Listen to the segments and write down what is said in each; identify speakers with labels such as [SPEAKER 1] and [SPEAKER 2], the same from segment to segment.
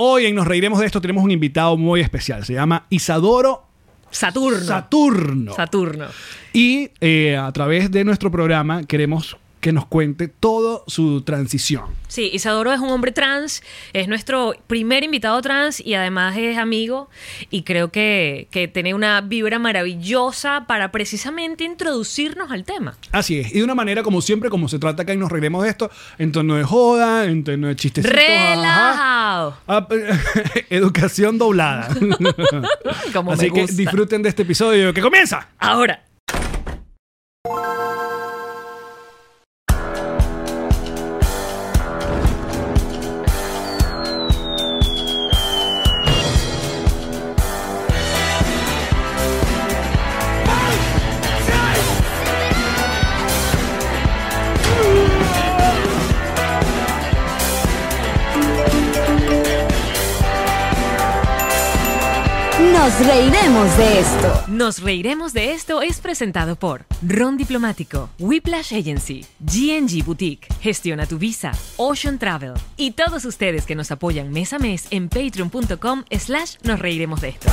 [SPEAKER 1] Hoy en Nos Reiremos de esto tenemos un invitado muy especial. Se llama Isadoro
[SPEAKER 2] Saturno.
[SPEAKER 1] Saturno.
[SPEAKER 2] Saturno.
[SPEAKER 1] Y eh, a través de nuestro programa queremos que nos cuente toda su transición.
[SPEAKER 2] Sí, Isadoro es un hombre trans, es nuestro primer invitado trans y además es amigo y creo que, que tiene una vibra maravillosa para precisamente introducirnos al tema.
[SPEAKER 1] Así es. Y de una manera, como siempre, como se trata acá y nos reiremos de esto, en tono de joda, en tono de chistecitos. ajá.
[SPEAKER 2] Relajado.
[SPEAKER 1] Ah, p- Educación doblada.
[SPEAKER 2] Como
[SPEAKER 1] Así
[SPEAKER 2] me
[SPEAKER 1] que
[SPEAKER 2] gusta.
[SPEAKER 1] disfruten de este episodio que comienza.
[SPEAKER 2] Ahora.
[SPEAKER 3] Nos reiremos de esto.
[SPEAKER 2] Nos reiremos de esto es presentado por Ron Diplomático, Whiplash Agency, GNG Boutique, Gestiona tu Visa, Ocean Travel y todos ustedes que nos apoyan mes a mes en patreon.com slash nos reiremos de esto.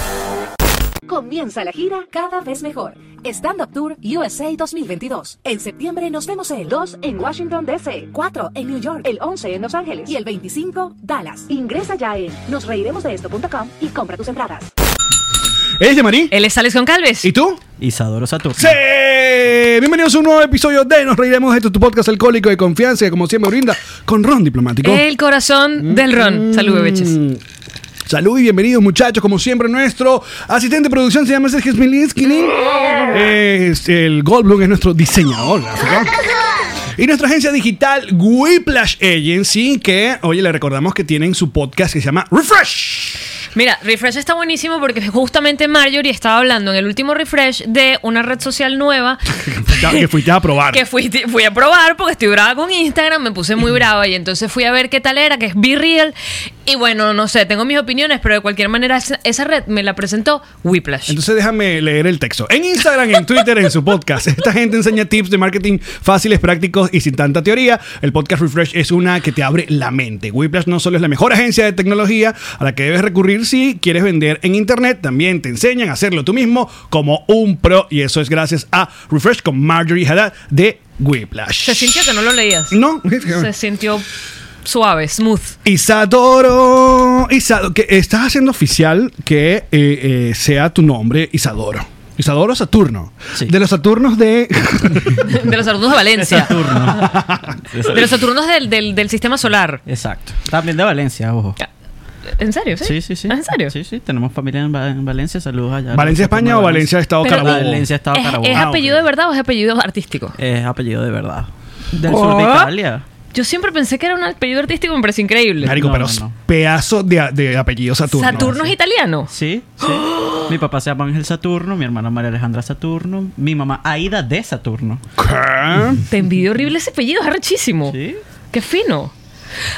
[SPEAKER 3] Comienza la gira cada vez mejor. Stand Up Tour USA 2022. En septiembre nos vemos el 2 en Washington DC, 4 en New York, el 11 en Los Ángeles y el 25 Dallas. Ingresa ya en nosreiremosdeesto.com y compra tus entradas.
[SPEAKER 1] ¿Eres Yamarí?
[SPEAKER 2] Él es Alex Goncalves.
[SPEAKER 1] ¿Y tú?
[SPEAKER 4] Isadoro Saturno.
[SPEAKER 1] ¡Sí! Bienvenidos a un nuevo episodio de Nos Reiremos de esto, tu podcast alcohólico de confianza que como siempre brinda con Ron Diplomático.
[SPEAKER 2] El corazón del Eh, ron. Salud, bebeches.
[SPEAKER 1] Mm. Salud y bienvenidos muchachos, como siempre nuestro asistente de producción se llama Sergio Smilinski. Es el Goldblum es nuestro diseñador gráfico. Y nuestra agencia digital Whiplash Agency, que oye, le recordamos que tienen su podcast que se llama Refresh.
[SPEAKER 2] Mira, Refresh está buenísimo porque justamente Marjorie estaba hablando en el último Refresh de una red social nueva
[SPEAKER 1] que fuiste a probar.
[SPEAKER 2] que fui, fui a probar porque estoy brava con Instagram, me puse muy brava y entonces fui a ver qué tal era, que es Be Real. Y bueno, no sé, tengo mis opiniones, pero de cualquier manera esa esa red me la presentó Whiplash.
[SPEAKER 1] Entonces déjame leer el texto. En Instagram, en Twitter, en su podcast. Esta gente enseña tips de marketing fáciles, prácticos y sin tanta teoría. El podcast Refresh es una que te abre la mente. Whiplash no solo es la mejor agencia de tecnología a la que debes recurrir si quieres vender en Internet, también te enseñan a hacerlo tú mismo como un pro. Y eso es gracias a Refresh con Marjorie Haddad de Whiplash.
[SPEAKER 2] Se sintió que no lo leías.
[SPEAKER 1] No,
[SPEAKER 2] Se sintió suave, smooth.
[SPEAKER 1] Isadoro, Isadoro, que estás haciendo oficial que eh, eh, sea tu nombre Isadoro. Isadoro Saturno.
[SPEAKER 4] Sí.
[SPEAKER 1] De los Saturnos de...
[SPEAKER 2] De los Saturnos de Valencia.
[SPEAKER 4] Saturno.
[SPEAKER 2] De los Saturnos del, del, del sistema solar.
[SPEAKER 4] Exacto. También de Valencia, ojo.
[SPEAKER 2] ¿En serio? Sí, ¿Ah,
[SPEAKER 4] Sí, sí, sí.
[SPEAKER 2] ¿En serio?
[SPEAKER 4] Sí, sí. Tenemos familia en, Va- en Valencia. Saludos allá.
[SPEAKER 1] ¿Valencia, España o Valencia, Estado
[SPEAKER 2] Pero-
[SPEAKER 1] Carabobo?
[SPEAKER 4] Valencia, Estado
[SPEAKER 2] ¿Es,
[SPEAKER 4] Carabobo.
[SPEAKER 2] es
[SPEAKER 1] Ah,
[SPEAKER 2] apellido
[SPEAKER 1] ok.
[SPEAKER 2] de verdad o es apellido artístico?
[SPEAKER 4] Es apellido de verdad. Del
[SPEAKER 1] Oh.
[SPEAKER 4] sur de Italia.
[SPEAKER 2] Yo siempre pensé que era un apellido artístico, me parece increíble.
[SPEAKER 1] Marico,
[SPEAKER 4] No,
[SPEAKER 1] pero
[SPEAKER 4] no, no.
[SPEAKER 1] pedazo de, de apellido Saturno.
[SPEAKER 2] Saturno es italiano.
[SPEAKER 4] Sí, sí. Mi papá se llama Ángel Saturno, mi hermana María Alejandra Saturno, mi mamá Aida de Saturno.
[SPEAKER 1] ¿Qué?
[SPEAKER 2] Te envidio horrible ese apellido, es arrechísimo.
[SPEAKER 4] Sí.
[SPEAKER 2] Qué fino.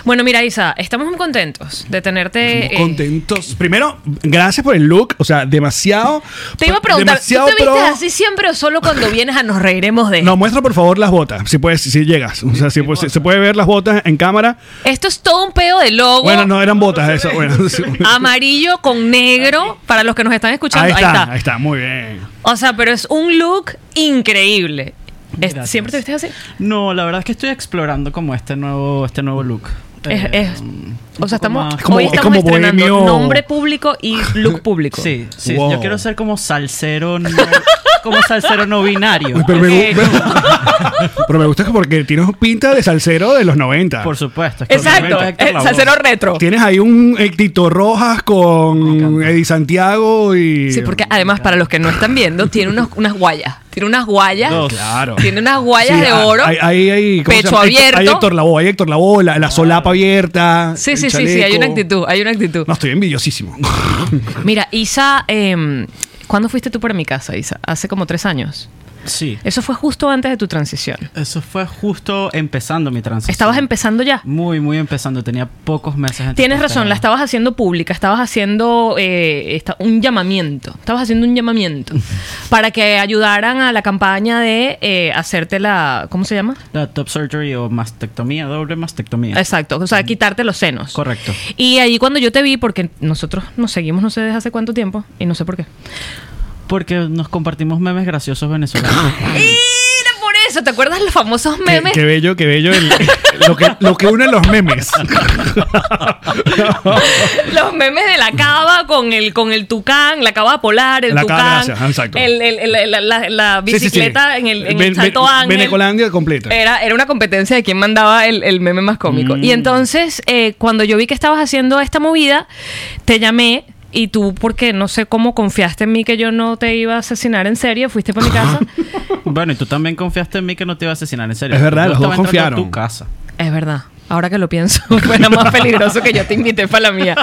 [SPEAKER 2] Bueno, mira, Isa, estamos muy contentos de tenerte. eh,
[SPEAKER 1] Contentos. Primero, gracias por el look. O sea, demasiado...
[SPEAKER 2] Te iba a preguntar, ¿tú te
[SPEAKER 1] demasiado
[SPEAKER 2] vistes
[SPEAKER 1] pro.
[SPEAKER 2] así siempre o solo cuando vienes a nos reiremos de?
[SPEAKER 1] No, muestra por favor las botas, si puedes, si llegas. O sea, si, pu- si- se puede ver las botas en cámara.
[SPEAKER 2] Esto es todo un peo de logo.
[SPEAKER 1] Bueno, no eran botas eso. Bueno, sí.
[SPEAKER 2] Amarillo con negro, para los que nos están escuchando.
[SPEAKER 1] ahí está, ahí está, muy bien.
[SPEAKER 2] O sea, pero es un look increíble. Es-
[SPEAKER 4] Gracias.
[SPEAKER 2] ¿Siempre te viste así?
[SPEAKER 4] No, la verdad es que estoy explorando como este nuevo, este nuevo look.
[SPEAKER 2] Es-
[SPEAKER 4] Eh,
[SPEAKER 2] es-
[SPEAKER 4] un
[SPEAKER 2] O
[SPEAKER 4] poco
[SPEAKER 2] sea, estamos,
[SPEAKER 4] más-
[SPEAKER 1] como-
[SPEAKER 2] hoy
[SPEAKER 1] es
[SPEAKER 2] estamos
[SPEAKER 1] como
[SPEAKER 2] estrenando
[SPEAKER 1] bohemio.
[SPEAKER 2] nombre público y look público.
[SPEAKER 4] Sí, sí.
[SPEAKER 1] Wow.
[SPEAKER 4] Yo quiero ser como salsero. No, como salsero no binario.
[SPEAKER 1] Uy, pero,
[SPEAKER 4] Eh.
[SPEAKER 1] me, gu- pero me gusta porque tienes pinta de salsero de los 90.
[SPEAKER 4] Por supuesto. es que
[SPEAKER 2] Exacto,
[SPEAKER 4] obviamente Héctor
[SPEAKER 2] eh,
[SPEAKER 4] Lavoe.
[SPEAKER 2] salsero retro.
[SPEAKER 1] Tienes ahí un Héctor Rojas con Eddie Santiago y.
[SPEAKER 2] Sí, porque además, para los que no están viendo, tiene unos- unas guayas. Tiene unas guayas.
[SPEAKER 4] Dos.
[SPEAKER 1] Claro.
[SPEAKER 2] Tiene unas guayas
[SPEAKER 1] Sí,
[SPEAKER 2] de
[SPEAKER 1] ah,
[SPEAKER 2] oro.
[SPEAKER 1] Hay, hay, hay- ¿cómo se
[SPEAKER 2] pecho
[SPEAKER 1] llama? Héctor-
[SPEAKER 2] abierto. Ah.
[SPEAKER 1] Hay Héctor Lavoe, hay Héctor Lavoe, la, la solapa abierta.
[SPEAKER 2] sí,
[SPEAKER 1] el
[SPEAKER 2] sí, sí, sí, hay
[SPEAKER 1] chaleco.
[SPEAKER 2] una actitud, hay una actitud.
[SPEAKER 1] No, estoy envidiosísimo.
[SPEAKER 2] Mira, Isa, eh, ¿cuándo fuiste tú para mi casa, Isa? Hace como tres años.
[SPEAKER 4] Sí.
[SPEAKER 2] Eso fue justo antes de tu transición.
[SPEAKER 4] Eso fue justo empezando mi transición.
[SPEAKER 2] Estabas empezando ya.
[SPEAKER 4] Muy, muy empezando. Tenía pocos meses. antes
[SPEAKER 2] Tienes
[SPEAKER 4] de
[SPEAKER 2] razón, la
[SPEAKER 4] estar-
[SPEAKER 2] estabas haciendo pública, estabas haciendo eh, esta- un llamamiento, estabas haciendo un llamamiento para que ayudaran a la campaña de eh, hacerte la, ¿cómo se llama?
[SPEAKER 4] La top surgery o mastectomía, doble mastectomía.
[SPEAKER 2] Exacto, o sea, quitarte los senos.
[SPEAKER 4] Correcto.
[SPEAKER 2] Y ahí cuando yo te vi, porque nosotros nos seguimos no sé desde hace cuánto tiempo y no sé por qué.
[SPEAKER 4] Porque nos compartimos memes graciosos venezolanos.
[SPEAKER 2] Mira, por eso, ¿te acuerdas los famosos
[SPEAKER 1] Qué,
[SPEAKER 2] memes?
[SPEAKER 1] qué bello, qué bello el- lo, que, lo que unen los memes.
[SPEAKER 2] Los memes de la cava con el con el tucán, la cava polar, el
[SPEAKER 1] La cava,
[SPEAKER 2] tucán,
[SPEAKER 1] gracias, ah, exacto.
[SPEAKER 2] el- el- el- la, la- la
[SPEAKER 1] Sí, sí, sí.
[SPEAKER 2] bicicleta en el, en el
[SPEAKER 1] Ven-
[SPEAKER 2] salto
[SPEAKER 1] ven-
[SPEAKER 2] ángel.
[SPEAKER 1] Venecolandia completa. Mm.
[SPEAKER 2] Era, era una competencia de quién mandaba el, el meme más cómico. Y entonces, eh, cuando yo vi que estabas haciendo esta movida, te llamé y tú, porque no sé cómo confiaste en mí que yo no te iba a asesinar en serio, fuiste para mi casa.
[SPEAKER 4] bueno, y tú también confiaste en mí que no te iba a asesinar, en serio.
[SPEAKER 1] Es verdad,
[SPEAKER 4] Yo
[SPEAKER 1] los dos
[SPEAKER 4] estaba entrando
[SPEAKER 1] confiaron.
[SPEAKER 4] A tu casa.
[SPEAKER 2] Es verdad. Ahora que lo pienso, era más peligroso que yo te invité para la mía.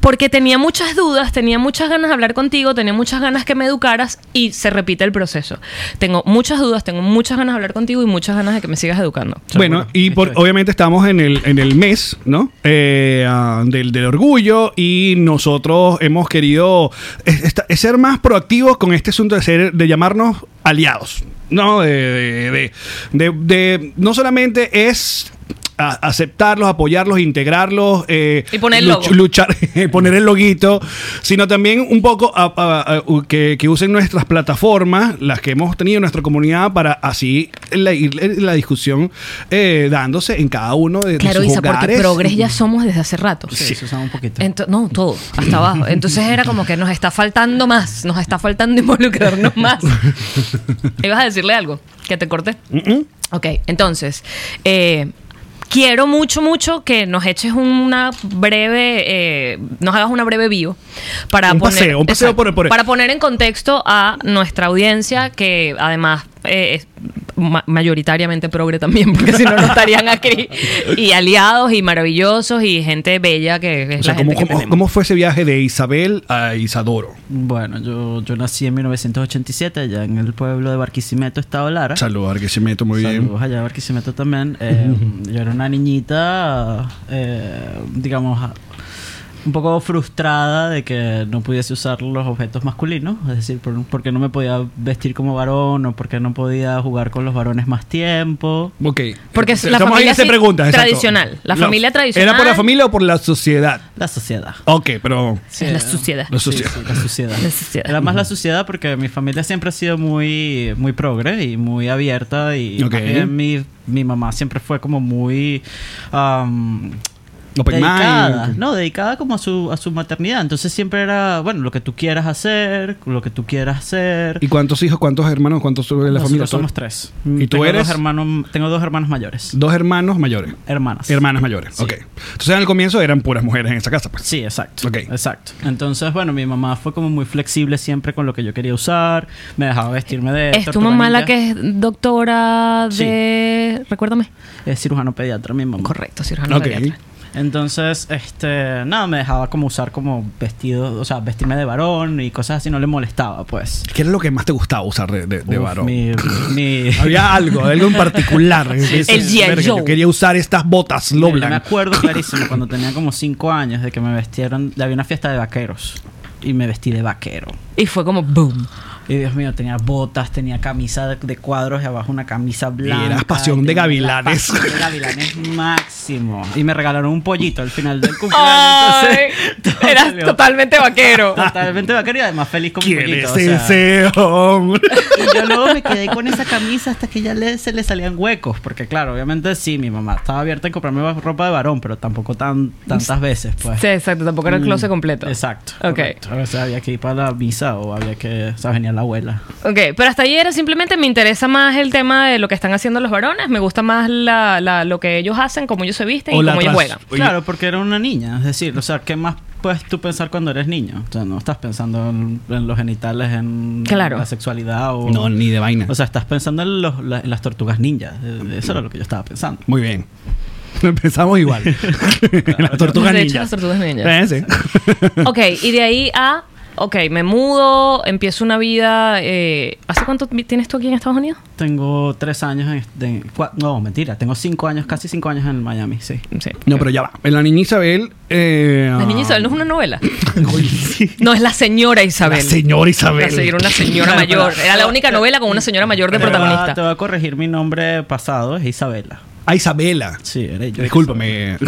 [SPEAKER 2] Porque tenía muchas dudas, tenía muchas ganas de hablar contigo, tenía muchas ganas que me educaras y se repite el proceso. Tengo muchas dudas, tengo muchas ganas de hablar contigo y muchas ganas de que me sigas educando.
[SPEAKER 1] Bueno, y por- obviamente estamos en el, en el mes, ¿no? Eh, ah, del, del orgullo y nosotros hemos querido es- esta- es ser más proactivos con este asunto de, ser, de llamarnos aliados, ¿no? De, de- de- de- de- no solamente es a- aceptarlos, apoyarlos, integrarlos. eh,
[SPEAKER 2] Y poner el
[SPEAKER 1] luch-
[SPEAKER 2] logo.
[SPEAKER 1] luchar, poner el loguito, sino también un poco a- a- a- u- que, que usen nuestras plataformas, las que hemos tenido en nuestra comunidad, para así la, ir la discusión eh, dándose en cada uno de, de
[SPEAKER 2] Claro,
[SPEAKER 1] sus
[SPEAKER 2] Isa, porque
[SPEAKER 1] hogares.
[SPEAKER 2] progres ya somos desde hace rato.
[SPEAKER 4] Sí, se usaba un poquito.
[SPEAKER 2] Ento- no, todo, hasta abajo. Entonces era como que nos está faltando más, nos está faltando involucrarnos más. Ibas a decirle algo, que te corté. Ok, entonces, eh, quiero mucho, mucho que nos eches una breve, eh, nos hagas una breve bio para
[SPEAKER 1] Un
[SPEAKER 2] poner,
[SPEAKER 1] paseo, un paseo por- por-
[SPEAKER 2] para poner en contexto a nuestra audiencia que además eh, es ma- mayoritariamente progre también, porque si no, no estarían aquí. Y aliados y maravillosos y gente bella que es
[SPEAKER 1] O sea,
[SPEAKER 2] la
[SPEAKER 1] ¿cómo,
[SPEAKER 2] gente que
[SPEAKER 1] cómo-
[SPEAKER 2] tenemos.
[SPEAKER 1] cómo fue ese viaje de Isabel a Isadoro?
[SPEAKER 4] Bueno, yo, yo nací en 1987 allá en el pueblo de Barquisimeto, Estado Lara.
[SPEAKER 1] Saludar que se meto muy bien.
[SPEAKER 4] Saludos allá a Barquisimeto también. Eh, yo era una niñita, eh, digamos, a- un poco frustrada de que no pudiese usar los objetos masculinos, es decir, por- porque no me podía vestir como varón o porque no podía jugar con los varones más tiempo.
[SPEAKER 1] Ok.
[SPEAKER 2] Porque es la
[SPEAKER 1] Estamos ahí
[SPEAKER 2] familia
[SPEAKER 1] en esa
[SPEAKER 2] sí,
[SPEAKER 1] pregunta, exacto.
[SPEAKER 2] tradicional. La familia
[SPEAKER 1] ¿Era por la
[SPEAKER 2] tradicional.
[SPEAKER 1] familia o por la sociedad?
[SPEAKER 4] La sociedad.
[SPEAKER 1] Ok, pero...
[SPEAKER 2] Es la suciedad.
[SPEAKER 1] La sociedad.
[SPEAKER 4] Sí, sí, la suciedad.
[SPEAKER 2] La suciedad.
[SPEAKER 4] Era más la suciedad porque mi familia siempre ha sido muy, muy progre y muy abierta. Y
[SPEAKER 1] Ok.
[SPEAKER 4] más bien mi, mi mamá siempre fue como muy. am,
[SPEAKER 1] Open mind.
[SPEAKER 4] dedicada, no, dedicada como a su, a su maternidad. Entonces siempre era, bueno, lo que tú quieras hacer, lo que tú quieras hacer.
[SPEAKER 1] ¿Y cuántos hijos, cuántos hermanos, cuántos de la
[SPEAKER 4] Nosotros
[SPEAKER 1] familia?
[SPEAKER 4] somos tres.
[SPEAKER 1] ¿Y tú
[SPEAKER 4] Tengo
[SPEAKER 1] eres?
[SPEAKER 4] Dos hermanos, tengo dos hermanos mayores.
[SPEAKER 1] Dos hermanos mayores.
[SPEAKER 4] Hermanas.
[SPEAKER 1] Hermanas mayores,
[SPEAKER 4] Sí.
[SPEAKER 1] ok. Entonces al comienzo eran puras mujeres en esa casa, pues.
[SPEAKER 4] Sí, exacto.
[SPEAKER 1] Ok.
[SPEAKER 4] Exacto. Entonces, bueno, mi mamá fue como muy flexible siempre con lo que yo quería usar. Me dejaba vestirme de.
[SPEAKER 2] Es tu
[SPEAKER 4] tortuga
[SPEAKER 2] mamá la
[SPEAKER 4] ninja.
[SPEAKER 2] que es doctora de. Recuérdame.
[SPEAKER 4] Es cirujano pediatra, mi mamá.
[SPEAKER 2] Correcto, cirujano
[SPEAKER 1] Ok.
[SPEAKER 2] pediatra.
[SPEAKER 4] Entonces, este, nada, me dejaba como usar como vestido, o sea, vestirme de varón y cosas así, no le molestaba, pues.
[SPEAKER 1] ¿Qué era lo que más te gustaba usar de, de- de
[SPEAKER 4] Uf,
[SPEAKER 1] varón?
[SPEAKER 4] Mi, mi-
[SPEAKER 1] Había algo, algo en particular. Que
[SPEAKER 2] sí. El
[SPEAKER 1] dices,
[SPEAKER 2] G.I.
[SPEAKER 1] "Verga,
[SPEAKER 2] Joe".
[SPEAKER 1] Yo quería usar estas botas
[SPEAKER 4] Mira, Me
[SPEAKER 1] Loblan.
[SPEAKER 4] acuerdo clarísimo cuando tenía como 5 años de que me vestieron, había una fiesta de vaqueros y me vestí de vaquero.
[SPEAKER 2] Y fue como boom.
[SPEAKER 4] Y Dios mío, tenía botas, tenía camisa de, de cuadros y abajo una camisa blanca.
[SPEAKER 1] eras pasión de
[SPEAKER 4] tenía la
[SPEAKER 1] gavilanes.
[SPEAKER 4] pasión de gavilanes máximo. Y me regalaron un pollito al final del cumpleaños.
[SPEAKER 2] Ay,
[SPEAKER 4] entonces, todo
[SPEAKER 2] eras
[SPEAKER 4] salió Ah.
[SPEAKER 2] totalmente vaquero.
[SPEAKER 4] Totalmente vaquero y además feliz con mi
[SPEAKER 1] ¿Quién
[SPEAKER 4] pollito.
[SPEAKER 1] es
[SPEAKER 4] o sea.
[SPEAKER 1] ese hombre?
[SPEAKER 4] Y yo luego me quedé con esa camisa hasta que ya le, se le salían huecos. Porque, claro, obviamente sí, mi mamá estaba abierta en comprarme va- ropa de varón, pero tampoco tan, tantas veces, pues.
[SPEAKER 2] Sí, exacto, tampoco era el closet completo.
[SPEAKER 4] Exacto.
[SPEAKER 2] Ok.
[SPEAKER 4] correcto. O sea, había que ir para la misa o había que. O sea, venía tenía la abuela.
[SPEAKER 2] Ok, pero hasta ahí era simplemente me interesa más el tema de lo que están haciendo los varones, me gusta más la, la- lo que ellos hacen, cómo ellos se visten
[SPEAKER 1] O
[SPEAKER 2] y
[SPEAKER 1] la
[SPEAKER 2] cómo ellos
[SPEAKER 1] tras-
[SPEAKER 2] juegan.
[SPEAKER 1] Oye.
[SPEAKER 4] Claro, porque era una niña, es decir, o sea, ¿qué más puedes tú pensar cuando eres niño? O sea, no estás pensando en, en los genitales, en
[SPEAKER 2] Claro.
[SPEAKER 4] la sexualidad o...
[SPEAKER 1] No, ni de vaina.
[SPEAKER 4] O sea, estás pensando en, los- la- en las tortugas ninjas. Eh, Eso era lo que yo estaba pensando.
[SPEAKER 1] Muy bien. Empezamos igual. las tortugas
[SPEAKER 2] De hecho,
[SPEAKER 1] ninjas.
[SPEAKER 2] las tortugas ninjas.
[SPEAKER 1] Eh, sí.
[SPEAKER 2] Ok, y de ahí a, ok, me mudo, empiezo una vida... eh, ¿Hace cuánto vi- tienes tú aquí en Estados Unidos?
[SPEAKER 4] Tengo tres años en... este, de- cua- no, mentira. Tengo cinco años, casi cinco años en Miami, sí.
[SPEAKER 2] Sí.
[SPEAKER 1] No, pero ya va. En la niña Isabel. eh,
[SPEAKER 2] La niña Isabel no es una novela. No, es la señora Isabel.
[SPEAKER 1] La señora
[SPEAKER 2] La
[SPEAKER 1] Isabel.
[SPEAKER 2] se- era una señora
[SPEAKER 4] Claro, pero-
[SPEAKER 2] mayor. Era la única novela con una señora mayor de
[SPEAKER 4] Te voy a- Te
[SPEAKER 2] protagonista.
[SPEAKER 4] voy a corregir mi nombre pasado, es Isabela.
[SPEAKER 1] Ah, Isabela.
[SPEAKER 4] Sí, era yo.
[SPEAKER 1] Discúlpame.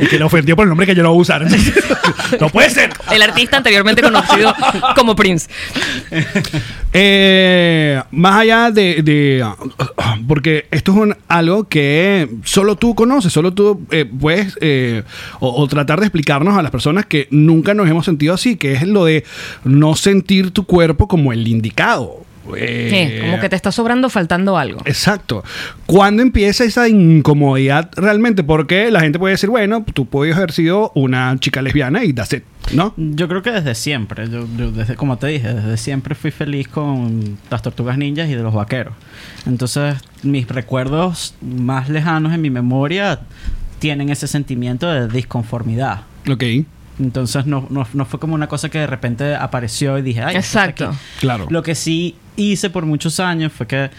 [SPEAKER 1] Y que le ofendió por el nombre que yo lo voy a usar. no puede ser.
[SPEAKER 2] El artista anteriormente conocido como Prince.
[SPEAKER 1] Eh, más allá de, de- Porque esto es un- algo que solo tú conoces, solo tú eh, puedes. eh, o, o tratar de explicarnos a las personas que nunca nos hemos sentido así, que es lo de no sentir tu cuerpo como el indicado. Eh,
[SPEAKER 2] Sí, Como que te está sobrando faltando algo.
[SPEAKER 1] Exacto. ¿Cuándo empieza esa incomodidad realmente? Porque la gente puede decir, bueno, tú puedes haber sido una chica lesbiana y that's it, ¿no?
[SPEAKER 4] Yo creo que desde siempre, yo, yo desde, como te dije, desde siempre fui feliz con las tortugas ninjas y de los vaqueros. Entonces, mis recuerdos más lejanos en mi memoria tienen ese sentimiento de disconformidad.
[SPEAKER 1] Ok,
[SPEAKER 4] Entonces, no, no, no fue como una cosa que de repente apareció y dije, ay, esto está
[SPEAKER 2] Exacto.
[SPEAKER 4] aquí".
[SPEAKER 1] claro.
[SPEAKER 4] Lo que sí hice por muchos años fue que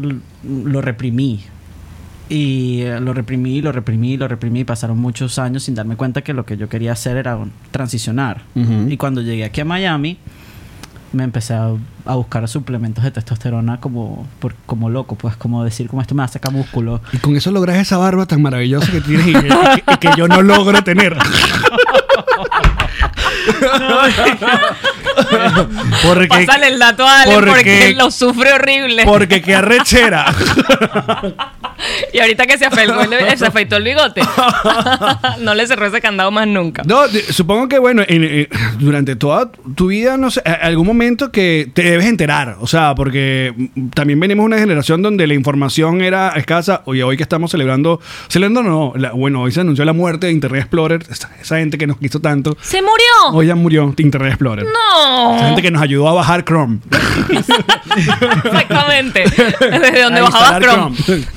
[SPEAKER 4] l- lo reprimí. Y eh, lo reprimí, lo reprimí, lo reprimí. Pasaron muchos años sin darme cuenta que lo que yo quería hacer era um, transicionar.
[SPEAKER 1] Ujú.
[SPEAKER 4] Y cuando llegué aquí a Miami, me empecé a, a buscar suplementos de testosterona como, por- como loco. Pues como decir, como esto me va a sacar músculo.
[SPEAKER 1] Y con eso logras esa barba tan maravillosa que tienes y que, y que yo no logro tener. porque,
[SPEAKER 2] Pásale el dato a Ale
[SPEAKER 1] porque-
[SPEAKER 2] porque, lo sufre horrible.
[SPEAKER 1] porque qué arrechera.
[SPEAKER 2] Y ahorita que se afeitó, el- se afeitó el bigote, no le cerró ese candado más nunca.
[SPEAKER 1] No, de- supongo que, bueno, en- en- durante toda tu vida, no sé, a- algún momento que te debes enterar. O sea, porque mm, también venimos de una generación donde la información era escasa. Oye, hoy que estamos celebrando, celebrando no, la- bueno, hoy se anunció la muerte de Internet Explorer, esa, esa gente que nos quiso tanto.
[SPEAKER 2] ¡Se murió!
[SPEAKER 1] Hoy ya murió Internet Explorer.
[SPEAKER 2] ¡No!
[SPEAKER 1] Esa gente que nos ayudó a bajar Chrome.
[SPEAKER 2] Exactamente. Desde donde
[SPEAKER 1] A
[SPEAKER 2] bajaba
[SPEAKER 1] instalar
[SPEAKER 2] Chrome.
[SPEAKER 1] Chrome.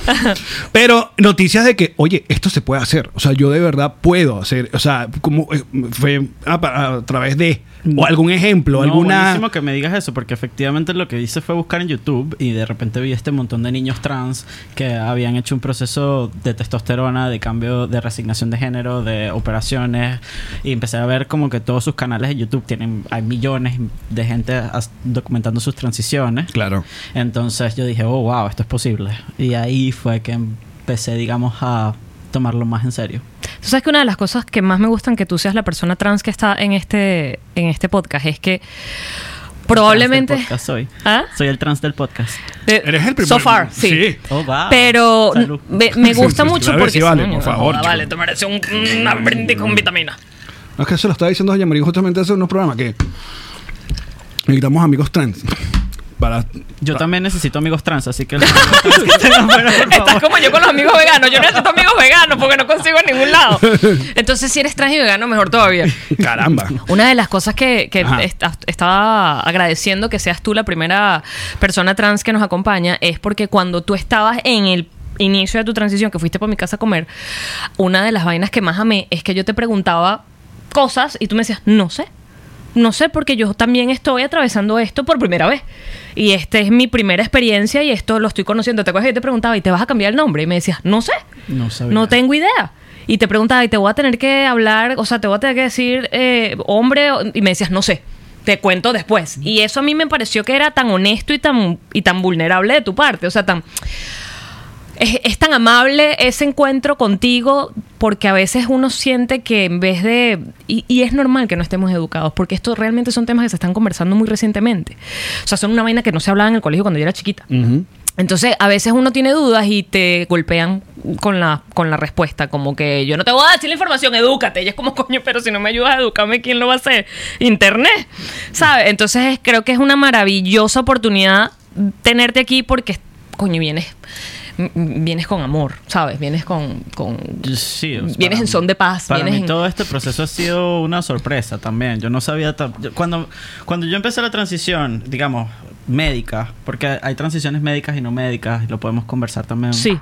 [SPEAKER 1] Pero noticias de que, oye, esto se puede hacer. O sea, yo de verdad puedo hacer. O sea, como eh, fue a, pa- a través de. O algún ejemplo,
[SPEAKER 4] No,
[SPEAKER 1] alguna.
[SPEAKER 4] buenísimo que me digas eso, porque efectivamente lo que hice fue buscar en YouTube y de repente vi este montón de niños trans que habían hecho un proceso de testosterona, de cambio, de resignación de género, de operaciones y empecé a ver como que todos sus canales de YouTube tienen, hay millones de gente as- documentando sus transiciones.
[SPEAKER 1] Claro.
[SPEAKER 4] Entonces yo dije, oh, wow, esto es posible. Y ahí fue que empecé, digamos, a tomarlo más en serio.
[SPEAKER 2] Tú sabes que una de las cosas que más me gustan que tú seas la persona trans que está en este, en este podcast es que probablemente.
[SPEAKER 4] Trans del podcast soy.
[SPEAKER 2] ¿Ah?
[SPEAKER 4] Soy el trans del podcast.
[SPEAKER 2] De-
[SPEAKER 1] Eres el primer-
[SPEAKER 2] So far, sí.
[SPEAKER 1] sí.
[SPEAKER 4] Oh, wow.
[SPEAKER 2] Pero
[SPEAKER 4] Salud.
[SPEAKER 2] me, me gusta
[SPEAKER 1] Sí,
[SPEAKER 2] mucho
[SPEAKER 1] claro que
[SPEAKER 2] porque.
[SPEAKER 1] sí, vale,
[SPEAKER 2] Coño,
[SPEAKER 1] por favor,
[SPEAKER 2] joda,
[SPEAKER 1] chico.
[SPEAKER 2] Vale, tomarse un, una brindis con vitamina.
[SPEAKER 1] No, es que eso lo estaba diciendo Doña María justamente hace unos programas que necesitamos amigos trans. Para.
[SPEAKER 4] Yo también necesito amigos trans, así que...
[SPEAKER 2] Estás como yo con los amigos veganos. Yo necesito amigos veganos porque no consigo en ningún lado. Entonces, si eres trans y vegano, mejor todavía.
[SPEAKER 1] Caramba.
[SPEAKER 2] Una de las cosas que, que
[SPEAKER 1] Ajá.
[SPEAKER 2] est- estaba agradeciendo que seas tú la primera persona trans que nos acompaña es porque cuando tú estabas en el inicio de tu transición, que fuiste por mi casa a comer, una de las vainas que más amé es que yo te preguntaba cosas y tú me decías, no sé. No sé, porque yo también estoy atravesando esto por primera vez. Y esta es mi primera experiencia y esto lo estoy conociendo. ¿Te acuerdas que yo te preguntaba y te vas a cambiar el nombre? Y me decías, no sé.
[SPEAKER 4] No sabía.
[SPEAKER 2] No tengo idea. Y te preguntaba, y te voy a tener que hablar, o sea, te voy a tener que decir eh, hombre, o- y me decías, no sé, te cuento después. Y eso a mí me pareció que era tan honesto y tan, y tan vulnerable de tu parte, o sea, tan... Es, es tan amable ese encuentro contigo porque a veces uno siente que en vez de... Y, y es normal que no estemos educados porque estos realmente son temas que se están conversando muy recientemente. O sea, son una vaina que no se hablaba en el colegio cuando yo era chiquita. Entonces, a veces uno tiene dudas y te golpean con la, con la respuesta, como que yo no te voy a decir la información, edúcate. Ella es como, coño, pero si no me ayudas a educarme, ¿quién lo va a hacer? Internet, ¿sabes? Entonces, es- creo que es una maravillosa oportunidad tenerte aquí porque, coño, vienes, m- vienes con amor, ¿sabes? Vienes con... con
[SPEAKER 4] Sí, o sea,
[SPEAKER 2] Vienes en son de paz,
[SPEAKER 4] Para
[SPEAKER 2] vienes
[SPEAKER 4] mí
[SPEAKER 2] en-
[SPEAKER 4] todo este proceso ha sido una sorpresa también. Yo no sabía... ta- yo- Cuando, cuando yo empecé la transición, digamos, médica, porque hay transiciones médicas y no médicas, y lo podemos conversar también.
[SPEAKER 2] Sí.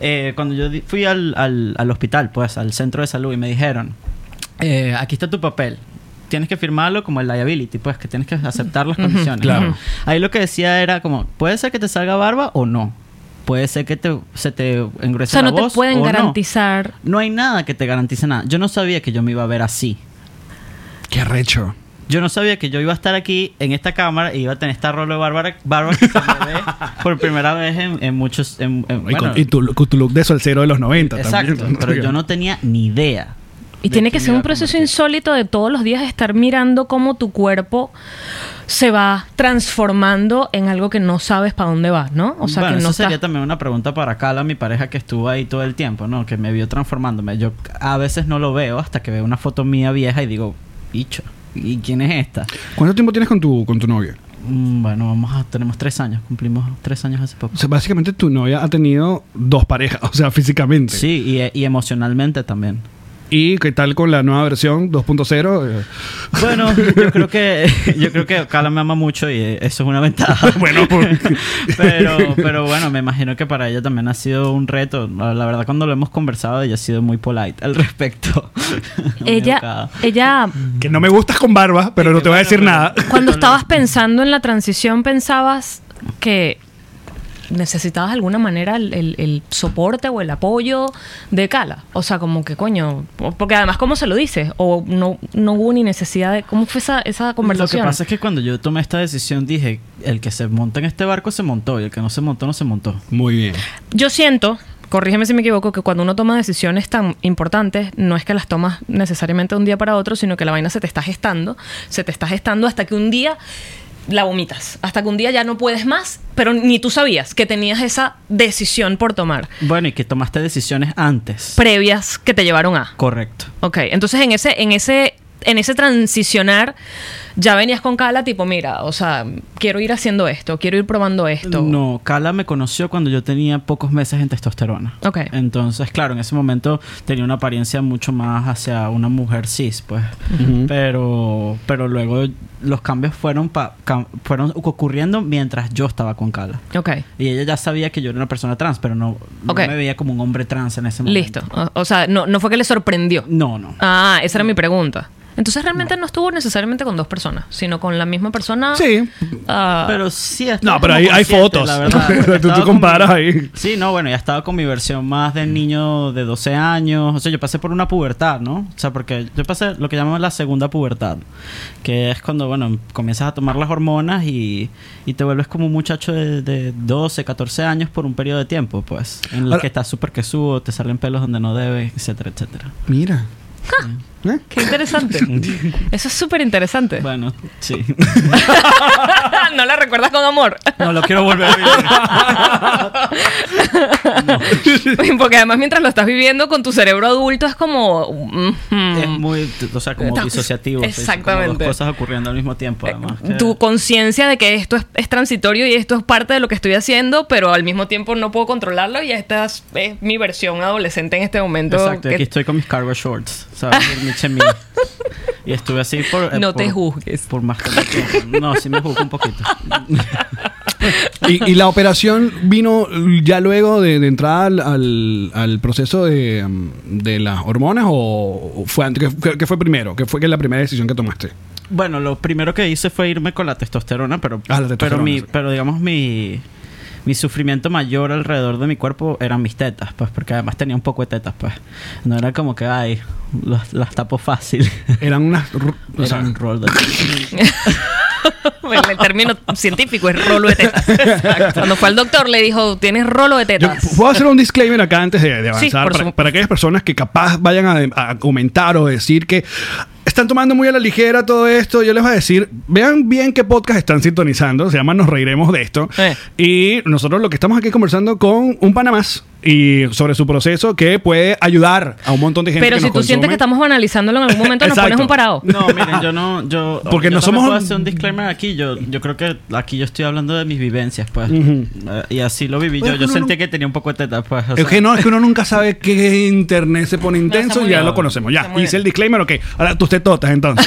[SPEAKER 4] Eh, cuando yo di- fui al, al- al hospital, pues, al centro de salud, y me dijeron, eh, aquí está tu papel. Tienes que firmarlo como el liability, pues, que tienes que aceptar las condiciones.
[SPEAKER 1] Claro.
[SPEAKER 4] ¿no? Ahí lo que decía era como, puede ser que te salga barba o no. Puede ser que te, se te
[SPEAKER 2] O
[SPEAKER 4] engrese
[SPEAKER 2] sea,
[SPEAKER 4] la
[SPEAKER 2] no te
[SPEAKER 4] voz
[SPEAKER 2] pueden
[SPEAKER 4] o no.
[SPEAKER 2] garantizar...
[SPEAKER 4] No hay nada que te garantice nada. Yo no sabía que yo me iba a ver así.
[SPEAKER 1] Qué recho.
[SPEAKER 4] Yo no sabía que yo iba a estar aquí en esta cámara y iba a tener esta rolo de Bárbara, Bárbara que se me ve por primera vez en, en muchos. En, en-
[SPEAKER 1] Y, con-
[SPEAKER 4] bueno,
[SPEAKER 1] y tu, look- tu look de solcero de los 90
[SPEAKER 4] exacto.
[SPEAKER 1] también.
[SPEAKER 4] Pero yo no tenía ni idea.
[SPEAKER 2] Y
[SPEAKER 4] de
[SPEAKER 2] tiene que
[SPEAKER 4] quién
[SPEAKER 2] ser
[SPEAKER 4] iba
[SPEAKER 2] un
[SPEAKER 4] a
[SPEAKER 2] proceso
[SPEAKER 4] convertirse.
[SPEAKER 2] insólito de todos los días estar mirando cómo tu cuerpo se va transformando en algo que no sabes para dónde vas, ¿no? O sea,
[SPEAKER 4] bueno,
[SPEAKER 2] que no
[SPEAKER 4] eso sería
[SPEAKER 2] estás-
[SPEAKER 4] también una pregunta para Cala, mi pareja que estuvo ahí todo el tiempo, ¿no? Que me vio transformándome. Yo a veces no lo veo hasta que veo una foto mía vieja y digo, bicho, ¿y quién es esta?
[SPEAKER 1] ¿Cuánto tiempo tienes con tu, con tu novia?
[SPEAKER 4] Mm, Bueno, vamos a, tenemos tres años, cumplimos tres años hace poco.
[SPEAKER 1] O sea, básicamente tu novia ha tenido dos parejas, o sea, físicamente.
[SPEAKER 4] Sí, y, e- y emocionalmente también.
[SPEAKER 1] ¿Y qué tal con la nueva versión 2.0? Eh,
[SPEAKER 4] Bueno, yo creo que yo creo que Cala me ama mucho y eh, eso es una ventaja.
[SPEAKER 1] Bueno, porque-
[SPEAKER 4] pero pero bueno, me imagino que para ella también ha sido un reto. La, la verdad cuando lo hemos conversado ella ha sido muy polite al respecto. Muy
[SPEAKER 2] Ella,
[SPEAKER 4] educada.
[SPEAKER 2] ella,
[SPEAKER 1] Que no me gustas con barba, pero no te voy a decir nada.
[SPEAKER 2] cuando estabas pensando en la transición, pensabas que necesitabas de alguna manera el, el- el soporte o el apoyo de Cala. O sea, como que coño, porque además, ¿cómo se lo dices? O no, no hubo ni necesidad de... ¿Cómo fue esa, esa conversación?
[SPEAKER 4] Lo que pasa es que cuando yo tomé esta decisión dije, el que se monta en este barco se montó y el que no se montó no se montó.
[SPEAKER 1] Muy bien.
[SPEAKER 2] Yo siento, corrígeme si me equivoco, que cuando uno toma decisiones tan importantes, no es que las tomas necesariamente de un día para otro, sino que la vaina se te está gestando, se te está gestando hasta que un día la vomitas, hasta que un día ya no puedes más, pero ni tú sabías que tenías esa decisión por tomar,
[SPEAKER 4] Bueno, y que tomaste decisiones antes.
[SPEAKER 2] previas que te llevaron a.
[SPEAKER 4] Correcto.
[SPEAKER 2] Ok, entonces en ese, en ese, en ese transicionar, ya venías con Cala tipo, mira, o sea, quiero ir haciendo esto, quiero ir probando esto.
[SPEAKER 4] No, Cala me conoció cuando yo tenía pocos meses en testosterona.
[SPEAKER 2] Ok.
[SPEAKER 4] Entonces, claro, en ese momento tenía una apariencia mucho más hacia una mujer cis, pues. Pero pero luego los cambios fueron pa- cam- fueron ocurriendo mientras yo estaba con Cala.
[SPEAKER 2] Ok.
[SPEAKER 4] Y ella ya sabía que yo era una persona trans, pero no, no
[SPEAKER 2] Ok.
[SPEAKER 4] me veía como un hombre trans en ese momento.
[SPEAKER 2] Listo. O, o sea, no, no fue que le sorprendió.
[SPEAKER 4] No, no.
[SPEAKER 2] Ah, esa era mi pregunta. Entonces realmente no estuvo necesariamente con dos personas, sino con la misma persona.
[SPEAKER 1] Sí.
[SPEAKER 2] Ah,
[SPEAKER 4] Pero sí estaba
[SPEAKER 1] No, pero
[SPEAKER 4] como
[SPEAKER 1] ahí hay
[SPEAKER 4] consciente,
[SPEAKER 1] fotos.
[SPEAKER 4] la verdad, porque
[SPEAKER 1] Tú- tú
[SPEAKER 4] estaba con
[SPEAKER 1] comparas
[SPEAKER 4] mi-
[SPEAKER 1] ahí.
[SPEAKER 4] Sí, no, bueno, ya estaba con mi versión más de niño de 12 años. O sea, yo pasé por una pubertad, ¿no? O sea, porque yo pasé lo que llamamos la segunda pubertad, que es cuando, bueno, comienzas a tomar las hormonas y, y te vuelves como un muchacho de, de 12, 14 años por un periodo de tiempo, pues. En el
[SPEAKER 1] Ahora-
[SPEAKER 4] que estás súper que subo, te salen pelos donde no debes, etcétera, etcétera.
[SPEAKER 1] Mira. ¿Eh?
[SPEAKER 2] qué interesante. Eso es súper interesante.
[SPEAKER 4] Bueno, sí.
[SPEAKER 2] no la recuerdas con amor.
[SPEAKER 4] No lo quiero volver a vivir.
[SPEAKER 2] Porque además mientras lo estás viviendo con tu cerebro adulto es como... mm,
[SPEAKER 4] Es muy, t- o sea, como
[SPEAKER 2] Está-
[SPEAKER 4] disociativo. pues, como
[SPEAKER 2] Exactamente. Eh,
[SPEAKER 4] dos cosas ocurriendo al mismo tiempo, además. que-
[SPEAKER 2] tu conciencia de que esto es, es transitorio y esto es parte de lo que estoy haciendo, pero al mismo tiempo no puedo controlarlo y esta es, es mi versión adolescente en este momento.
[SPEAKER 4] Exacto, y
[SPEAKER 2] que-
[SPEAKER 4] aquí estoy con mis cargo shorts, ¿sabes? Y mi chemise. Y estuve así por... eh,
[SPEAKER 2] No te
[SPEAKER 4] por-
[SPEAKER 2] juzgues.
[SPEAKER 4] Por más que No, sí me juzgo un poquito.
[SPEAKER 1] Y, y la operación vino ya luego de, de entrar al, al, al proceso de, mm, de las hormonas o o fue antes? ¿Qué fue, qué fue primero? ¿Qué fue que la primera decisión que tomaste?
[SPEAKER 4] Bueno, lo primero que hice fue irme con la testosterona, pero...
[SPEAKER 1] Ah, la
[SPEAKER 4] pero,
[SPEAKER 1] testosterona,
[SPEAKER 4] mi,
[SPEAKER 1] sí.
[SPEAKER 4] pero digamos mi... Mi sufrimiento mayor alrededor de mi cuerpo eran mis tetas, pues, porque además tenía un poco de tetas, pues. No era como que, ay, las, las tapo fácil.
[SPEAKER 1] Eran unas... ru- o
[SPEAKER 4] Era
[SPEAKER 1] sea,
[SPEAKER 4] un rol de-
[SPEAKER 2] Bueno, el término científico es rolo de tetas. Cuando fue al doctor le dijo, tienes rolo de
[SPEAKER 1] Yo
[SPEAKER 2] tetas.
[SPEAKER 1] puedo hacer un disclaimer acá antes de, de avanzar
[SPEAKER 2] por
[SPEAKER 1] para,
[SPEAKER 2] supuesto.
[SPEAKER 1] para aquellas personas que capaz vayan a, a comentar o decir que están tomando muy a la ligera todo esto, yo les voy a decir, vean bien qué podcast están sintonizando, se llama Nos Reiremos de esto.
[SPEAKER 4] Eh.
[SPEAKER 1] Y nosotros lo que estamos aquí conversando con un pana más y sobre su proceso que puede ayudar a un montón de gente.
[SPEAKER 2] Pero
[SPEAKER 1] que
[SPEAKER 2] si
[SPEAKER 1] nos
[SPEAKER 2] tú sientes
[SPEAKER 1] consume.
[SPEAKER 2] que estamos banalizándolo en algún momento, nos
[SPEAKER 1] Exacto.
[SPEAKER 2] pones un parado.
[SPEAKER 4] No, miren, yo no. Yo,
[SPEAKER 1] Porque
[SPEAKER 4] yo
[SPEAKER 1] no
[SPEAKER 4] también
[SPEAKER 1] somos-
[SPEAKER 4] puedo hacer un disclaimer aquí. Yo, yo creo que aquí yo estoy hablando de mis vivencias, pues. Eh, Y así lo viví
[SPEAKER 1] Pero
[SPEAKER 4] yo. Yo
[SPEAKER 1] no,
[SPEAKER 4] sentí que tenía un poco de teta, pues. o
[SPEAKER 1] Es
[SPEAKER 4] sea,
[SPEAKER 1] que no, es que uno nunca sabe qué internet se pone intenso
[SPEAKER 2] muy
[SPEAKER 1] y ya
[SPEAKER 2] bien.
[SPEAKER 1] lo conocemos. Ya,
[SPEAKER 2] Está muy
[SPEAKER 1] hice
[SPEAKER 2] bien.
[SPEAKER 1] el disclaimer, ok. Ahora tú te totas entonces.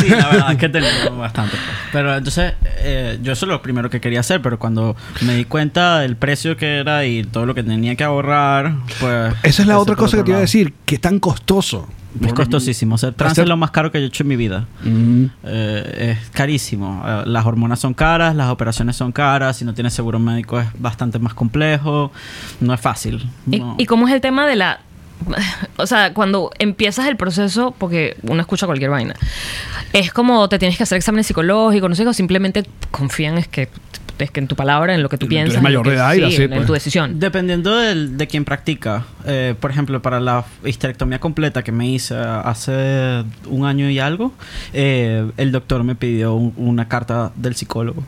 [SPEAKER 4] Sí, la verdad es que tenía bastante. pues. Pero entonces, eh, yo eso es lo primero que quería hacer, pero cuando me di cuenta del precio que era y todo lo que tenía que ahorrar, pues.
[SPEAKER 1] Esa es la
[SPEAKER 4] eso
[SPEAKER 1] otra
[SPEAKER 4] por
[SPEAKER 1] cosa que
[SPEAKER 4] otro
[SPEAKER 1] te iba a
[SPEAKER 4] lado.
[SPEAKER 1] decir, que es tan costoso.
[SPEAKER 4] Es costosísimo. O sea, trans
[SPEAKER 1] Hacer-
[SPEAKER 4] es lo más caro que yo he hecho en mi vida. Eh, es carísimo. Eh, las hormonas son caras, las operaciones son caras. Si no tienes seguro médico es bastante más complejo. No es fácil.
[SPEAKER 2] ¿Y,
[SPEAKER 4] No.
[SPEAKER 2] y cómo es el tema de la... O sea, cuando empiezas el proceso, porque uno escucha cualquier vaina, es como te tienes que hacer exámenes psicológicos, no sé, o simplemente confían es que, es que en tu palabra, en lo que tú
[SPEAKER 1] En lo que eres
[SPEAKER 2] piensas. en
[SPEAKER 1] mayor
[SPEAKER 2] lo
[SPEAKER 1] de
[SPEAKER 2] que-
[SPEAKER 1] edad y
[SPEAKER 2] sí,
[SPEAKER 1] así,
[SPEAKER 2] en, en
[SPEAKER 1] pues.
[SPEAKER 2] tu decisión.
[SPEAKER 4] Dependiendo del- de quien practica. Eh, por ejemplo, para la histerectomía completa que me hice hace un año y algo, eh, el doctor me pidió un- una carta del psicólogo.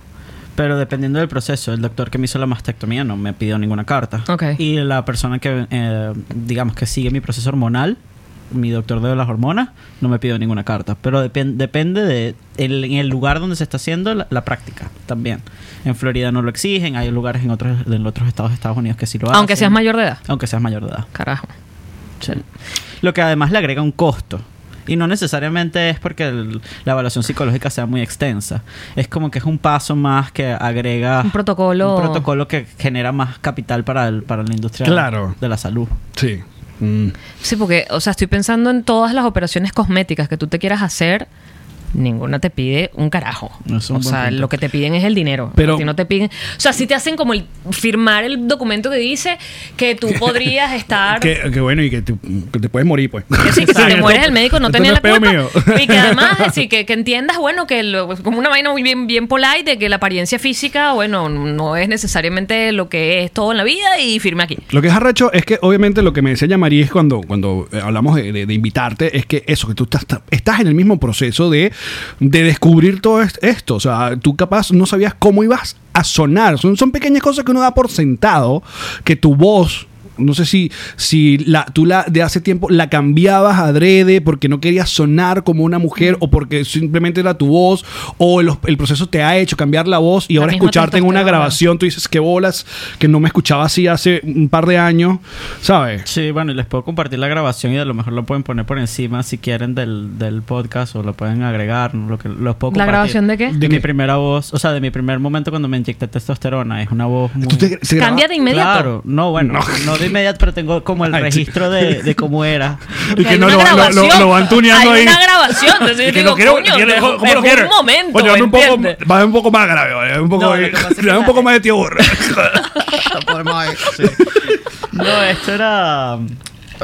[SPEAKER 4] Pero dependiendo del proceso, el doctor que me hizo la mastectomía no me pidió ninguna carta.
[SPEAKER 2] Ok.
[SPEAKER 4] Y la persona que, eh, digamos, que sigue mi proceso hormonal, mi doctor de las hormonas, no me pidió ninguna carta. Pero depen- depende de el, en el lugar donde se está haciendo la, la práctica también. En Florida no lo exigen, hay lugares en otros, en otros estados de Estados Unidos que sí lo hacen.
[SPEAKER 2] Aunque seas mayor de edad.
[SPEAKER 4] Aunque seas mayor de edad.
[SPEAKER 2] Carajo.
[SPEAKER 4] Lo que además le agrega un costo. Y no necesariamente es porque el- la evaluación psicológica sea muy extensa. Es como que es un paso más que agrega...
[SPEAKER 2] Un protocolo.
[SPEAKER 4] Un protocolo que genera más capital para, el, para la industria
[SPEAKER 1] Claro.
[SPEAKER 4] de la salud.
[SPEAKER 1] Sí. Mm.
[SPEAKER 2] Sí, porque, o sea, estoy pensando en todas las operaciones cosméticas que tú te quieras hacer. Ninguna te pide un carajo.
[SPEAKER 4] Eso es un
[SPEAKER 2] o
[SPEAKER 4] buen
[SPEAKER 2] sea,
[SPEAKER 4] punto.
[SPEAKER 2] lo que te piden es el dinero.
[SPEAKER 1] Pero-
[SPEAKER 2] A ti no te piden. O sea, si te hacen como el firmar el documento que dice que tú podrías estar.
[SPEAKER 1] Que, que bueno, y que te, que te puedes morir, pues.
[SPEAKER 2] Que sí, que si te
[SPEAKER 1] Exacto.
[SPEAKER 2] mueres el médico no
[SPEAKER 1] Esto
[SPEAKER 2] tenía
[SPEAKER 1] es
[SPEAKER 2] la
[SPEAKER 1] peo
[SPEAKER 2] culpa.
[SPEAKER 1] mío.
[SPEAKER 2] Y que además, sí, que, que entiendas, bueno, que lo- como una vaina muy bien, bien polite de que la apariencia física, bueno, no es necesariamente lo que es todo en la vida y firme aquí.
[SPEAKER 1] Lo que es arrecho es que, obviamente, lo que me decía Yamari es cuando, cuando eh, hablamos de, de- de invitarte, es que eso, que tú estás, estás en el mismo proceso de, de descubrir todo est- esto. O sea, tú capaz no sabías cómo ibas a sonar. Son, son pequeñas cosas que uno da por sentado, que tu voz. No sé si, si la, tú la de hace tiempo la cambiabas adrede porque no querías sonar como una mujer o porque simplemente era tu voz o el, el proceso te ha hecho cambiar la voz y
[SPEAKER 2] La
[SPEAKER 1] ahora
[SPEAKER 2] misma
[SPEAKER 1] escucharte en una
[SPEAKER 2] testosterona.
[SPEAKER 1] grabación canción, tú dices que bolas, que no me escuchaba así hace un par de años, ¿sabes?
[SPEAKER 4] Sí, bueno, y les puedo compartir la grabación y a lo mejor lo pueden poner por encima si quieren del, del podcast o lo pueden agregar, ¿no? lo que los puedo
[SPEAKER 2] ¿La
[SPEAKER 4] compartir.
[SPEAKER 2] grabación de qué?
[SPEAKER 4] De,
[SPEAKER 1] ¿De
[SPEAKER 4] mi
[SPEAKER 1] qué?
[SPEAKER 4] primera voz, o sea, de mi primer momento cuando me inyecté testosterona, es una voz muy
[SPEAKER 1] ¿Tú te- se graba-
[SPEAKER 2] Cambia de inmediato.
[SPEAKER 4] Claro, no, bueno, no. de inmediato, pero tengo como el
[SPEAKER 1] Ay, sí.
[SPEAKER 4] registro de, de cómo era.
[SPEAKER 1] Y
[SPEAKER 2] Porque
[SPEAKER 1] que
[SPEAKER 2] hay
[SPEAKER 1] no
[SPEAKER 2] una
[SPEAKER 1] lo, lo- lo-
[SPEAKER 2] grabación.
[SPEAKER 1] lo van tuneando
[SPEAKER 2] Hay
[SPEAKER 1] ahí.
[SPEAKER 2] una grabación. Entonces yo
[SPEAKER 1] Y que
[SPEAKER 2] digo,
[SPEAKER 1] no quiero-
[SPEAKER 2] coño,
[SPEAKER 1] quiero-
[SPEAKER 2] de-
[SPEAKER 1] ¿cómo
[SPEAKER 2] de-
[SPEAKER 1] lo
[SPEAKER 2] de
[SPEAKER 1] quieres?
[SPEAKER 2] un momento,
[SPEAKER 1] Oye, dame un poco,
[SPEAKER 2] ¿entiendes?
[SPEAKER 1] dame un poco más grave, oye, un poco,
[SPEAKER 4] No, lo que pasa es que
[SPEAKER 1] dame un
[SPEAKER 4] la-
[SPEAKER 1] poco más de tío burro.
[SPEAKER 4] No, esto era.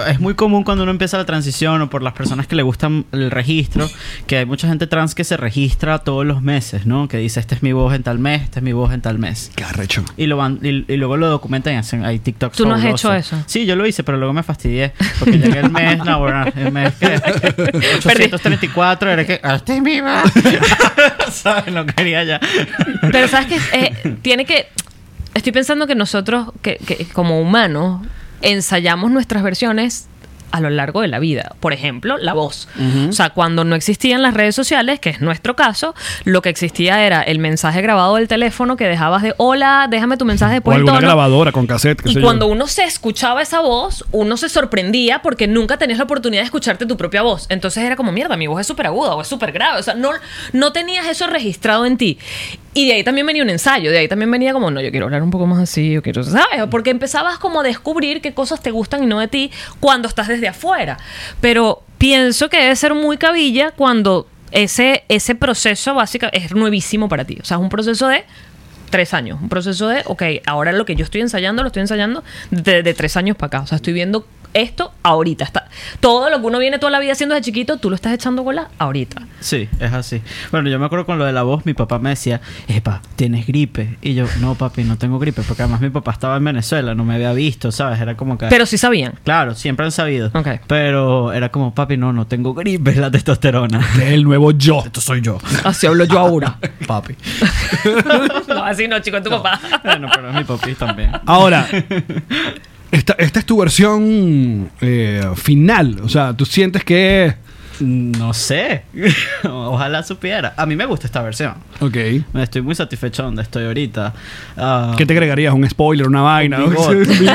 [SPEAKER 4] Es muy común cuando uno empieza la transición o por las personas que le gustan el registro, que hay mucha gente trans que se registra todos los meses, ¿no? Que dice, esta es mi voz en tal mes, esta es mi voz en tal mes.
[SPEAKER 1] Qué arrecho.
[SPEAKER 4] Y, lo van, y, y luego lo documentan y hacen hay TikToks.
[SPEAKER 2] ¿Tú no has
[SPEAKER 4] fabulosos.
[SPEAKER 2] hecho eso?
[SPEAKER 4] Sí, yo lo hice, pero luego me fastidié. Porque llegué el mes, no, bueno, el mes que. 834, era que. ¡Este es mi voz". ¿Sabes? No quería ya.
[SPEAKER 2] Pero sabes que eh, tiene que. Estoy pensando que nosotros, que, que como humanos, ensayamos nuestras versiones a lo largo de la vida. Por ejemplo, la voz. O sea, cuando no existían las redes sociales, que es nuestro caso, lo que existía era el mensaje grabado del teléfono que dejabas de hola, déjame tu
[SPEAKER 1] O
[SPEAKER 2] mensaje después del
[SPEAKER 1] alguna
[SPEAKER 2] tono".
[SPEAKER 1] grabadora con cassette, qué sé
[SPEAKER 2] Y
[SPEAKER 1] yo.
[SPEAKER 2] cuando uno se escuchaba esa voz, uno se sorprendía porque nunca tenías la oportunidad de escucharte tu propia voz. Entonces era como, mierda, mi voz es súper aguda o es súper grave. O sea, no, no tenías eso registrado en ti. Y de ahí también venía un ensayo, de ahí también venía como, no, yo quiero hablar un poco más así, yo quiero, ¿sabes? Porque empezabas como a descubrir qué cosas te gustan y no de ti cuando estás desde afuera. Pero pienso que debe ser muy cabilla cuando ese, ese proceso básico es nuevísimo para ti. O sea, es un proceso de tres años. Un proceso de, ok, ahora lo que yo estoy ensayando, lo estoy ensayando de, de tres años para acá. O sea, estoy viendo esto ahorita. Está, todo lo que uno viene toda la vida haciendo desde chiquito, tú lo estás echando bola ahorita.
[SPEAKER 4] Sí, es así. Bueno, yo me acuerdo con lo de la voz, mi papá me decía, epa, tienes gripe. Y yo, no, papi, no tengo gripe, porque además mi papá estaba en Venezuela, no me había visto, ¿sabes? Era como que...
[SPEAKER 1] Ah.
[SPEAKER 2] Pero sí sabían.
[SPEAKER 4] Claro, siempre han sabido.
[SPEAKER 2] Ok.
[SPEAKER 4] Pero era como, papi, no, no tengo gripe, es la testosterona.
[SPEAKER 1] Que es el nuevo yo.
[SPEAKER 4] Esto soy yo.
[SPEAKER 2] Así hablo yo ahora.
[SPEAKER 4] papi.
[SPEAKER 2] no, así no, chico, es tu papá.
[SPEAKER 4] Bueno, pero es mi papi también.
[SPEAKER 1] Ahora, esta, esta es tu versión eh, final. O sea, tú sientes que.
[SPEAKER 4] No sé. Ojalá supiera. A mí me gusta esta versión.
[SPEAKER 1] Ok.
[SPEAKER 4] Me estoy muy satisfecho donde estoy ahorita. Ah,
[SPEAKER 1] ¿Qué te agregarías? ¿Un spoiler? ¿Una vaina?
[SPEAKER 4] bigote.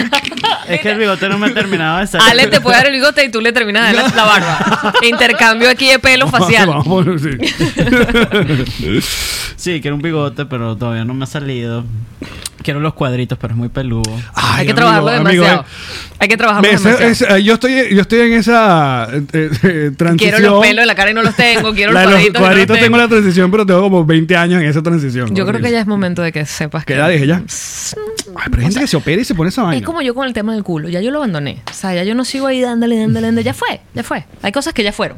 [SPEAKER 4] es que el bigote no me ha terminado de salir.
[SPEAKER 2] Ale te puede dar el bigote y tú le terminas de dar la barba. Intercambio aquí de pelo facial.
[SPEAKER 1] Vamos, vamos, sí.
[SPEAKER 4] Sí, quiero un bigote, pero todavía no me ha salido. Quiero los cuadritos, pero es muy peludo.
[SPEAKER 2] Hay
[SPEAKER 1] Ay,
[SPEAKER 2] que
[SPEAKER 1] amigo,
[SPEAKER 2] trabajarlo
[SPEAKER 1] amigo,
[SPEAKER 2] demasiado.
[SPEAKER 1] eh.
[SPEAKER 2] Hay que trabajarlo
[SPEAKER 1] Ves,
[SPEAKER 2] demasiado.
[SPEAKER 1] es- eh, yo, estoy, yo estoy en esa eh, eh, transición.
[SPEAKER 2] Quiero los pelos en la cara y no los tengo. Quiero
[SPEAKER 1] La
[SPEAKER 2] los
[SPEAKER 1] de
[SPEAKER 2] cuadritos. y no los
[SPEAKER 1] tengo la transición, pero tengo como 20 años en esa transición.
[SPEAKER 2] Yo creo que ya Mm, es momento de que sepas
[SPEAKER 1] ¿Qué
[SPEAKER 2] que.
[SPEAKER 1] edad es ella?
[SPEAKER 2] Es
[SPEAKER 1] Ay, pero hay gente que se opera y se pone esa vaina.
[SPEAKER 2] como yo con el tema del culo. Ya yo lo abandoné. O sea, ya yo no sigo ahí dándole, dándole, dándole. Ya fue, ya fue. Hay cosas que ya fueron.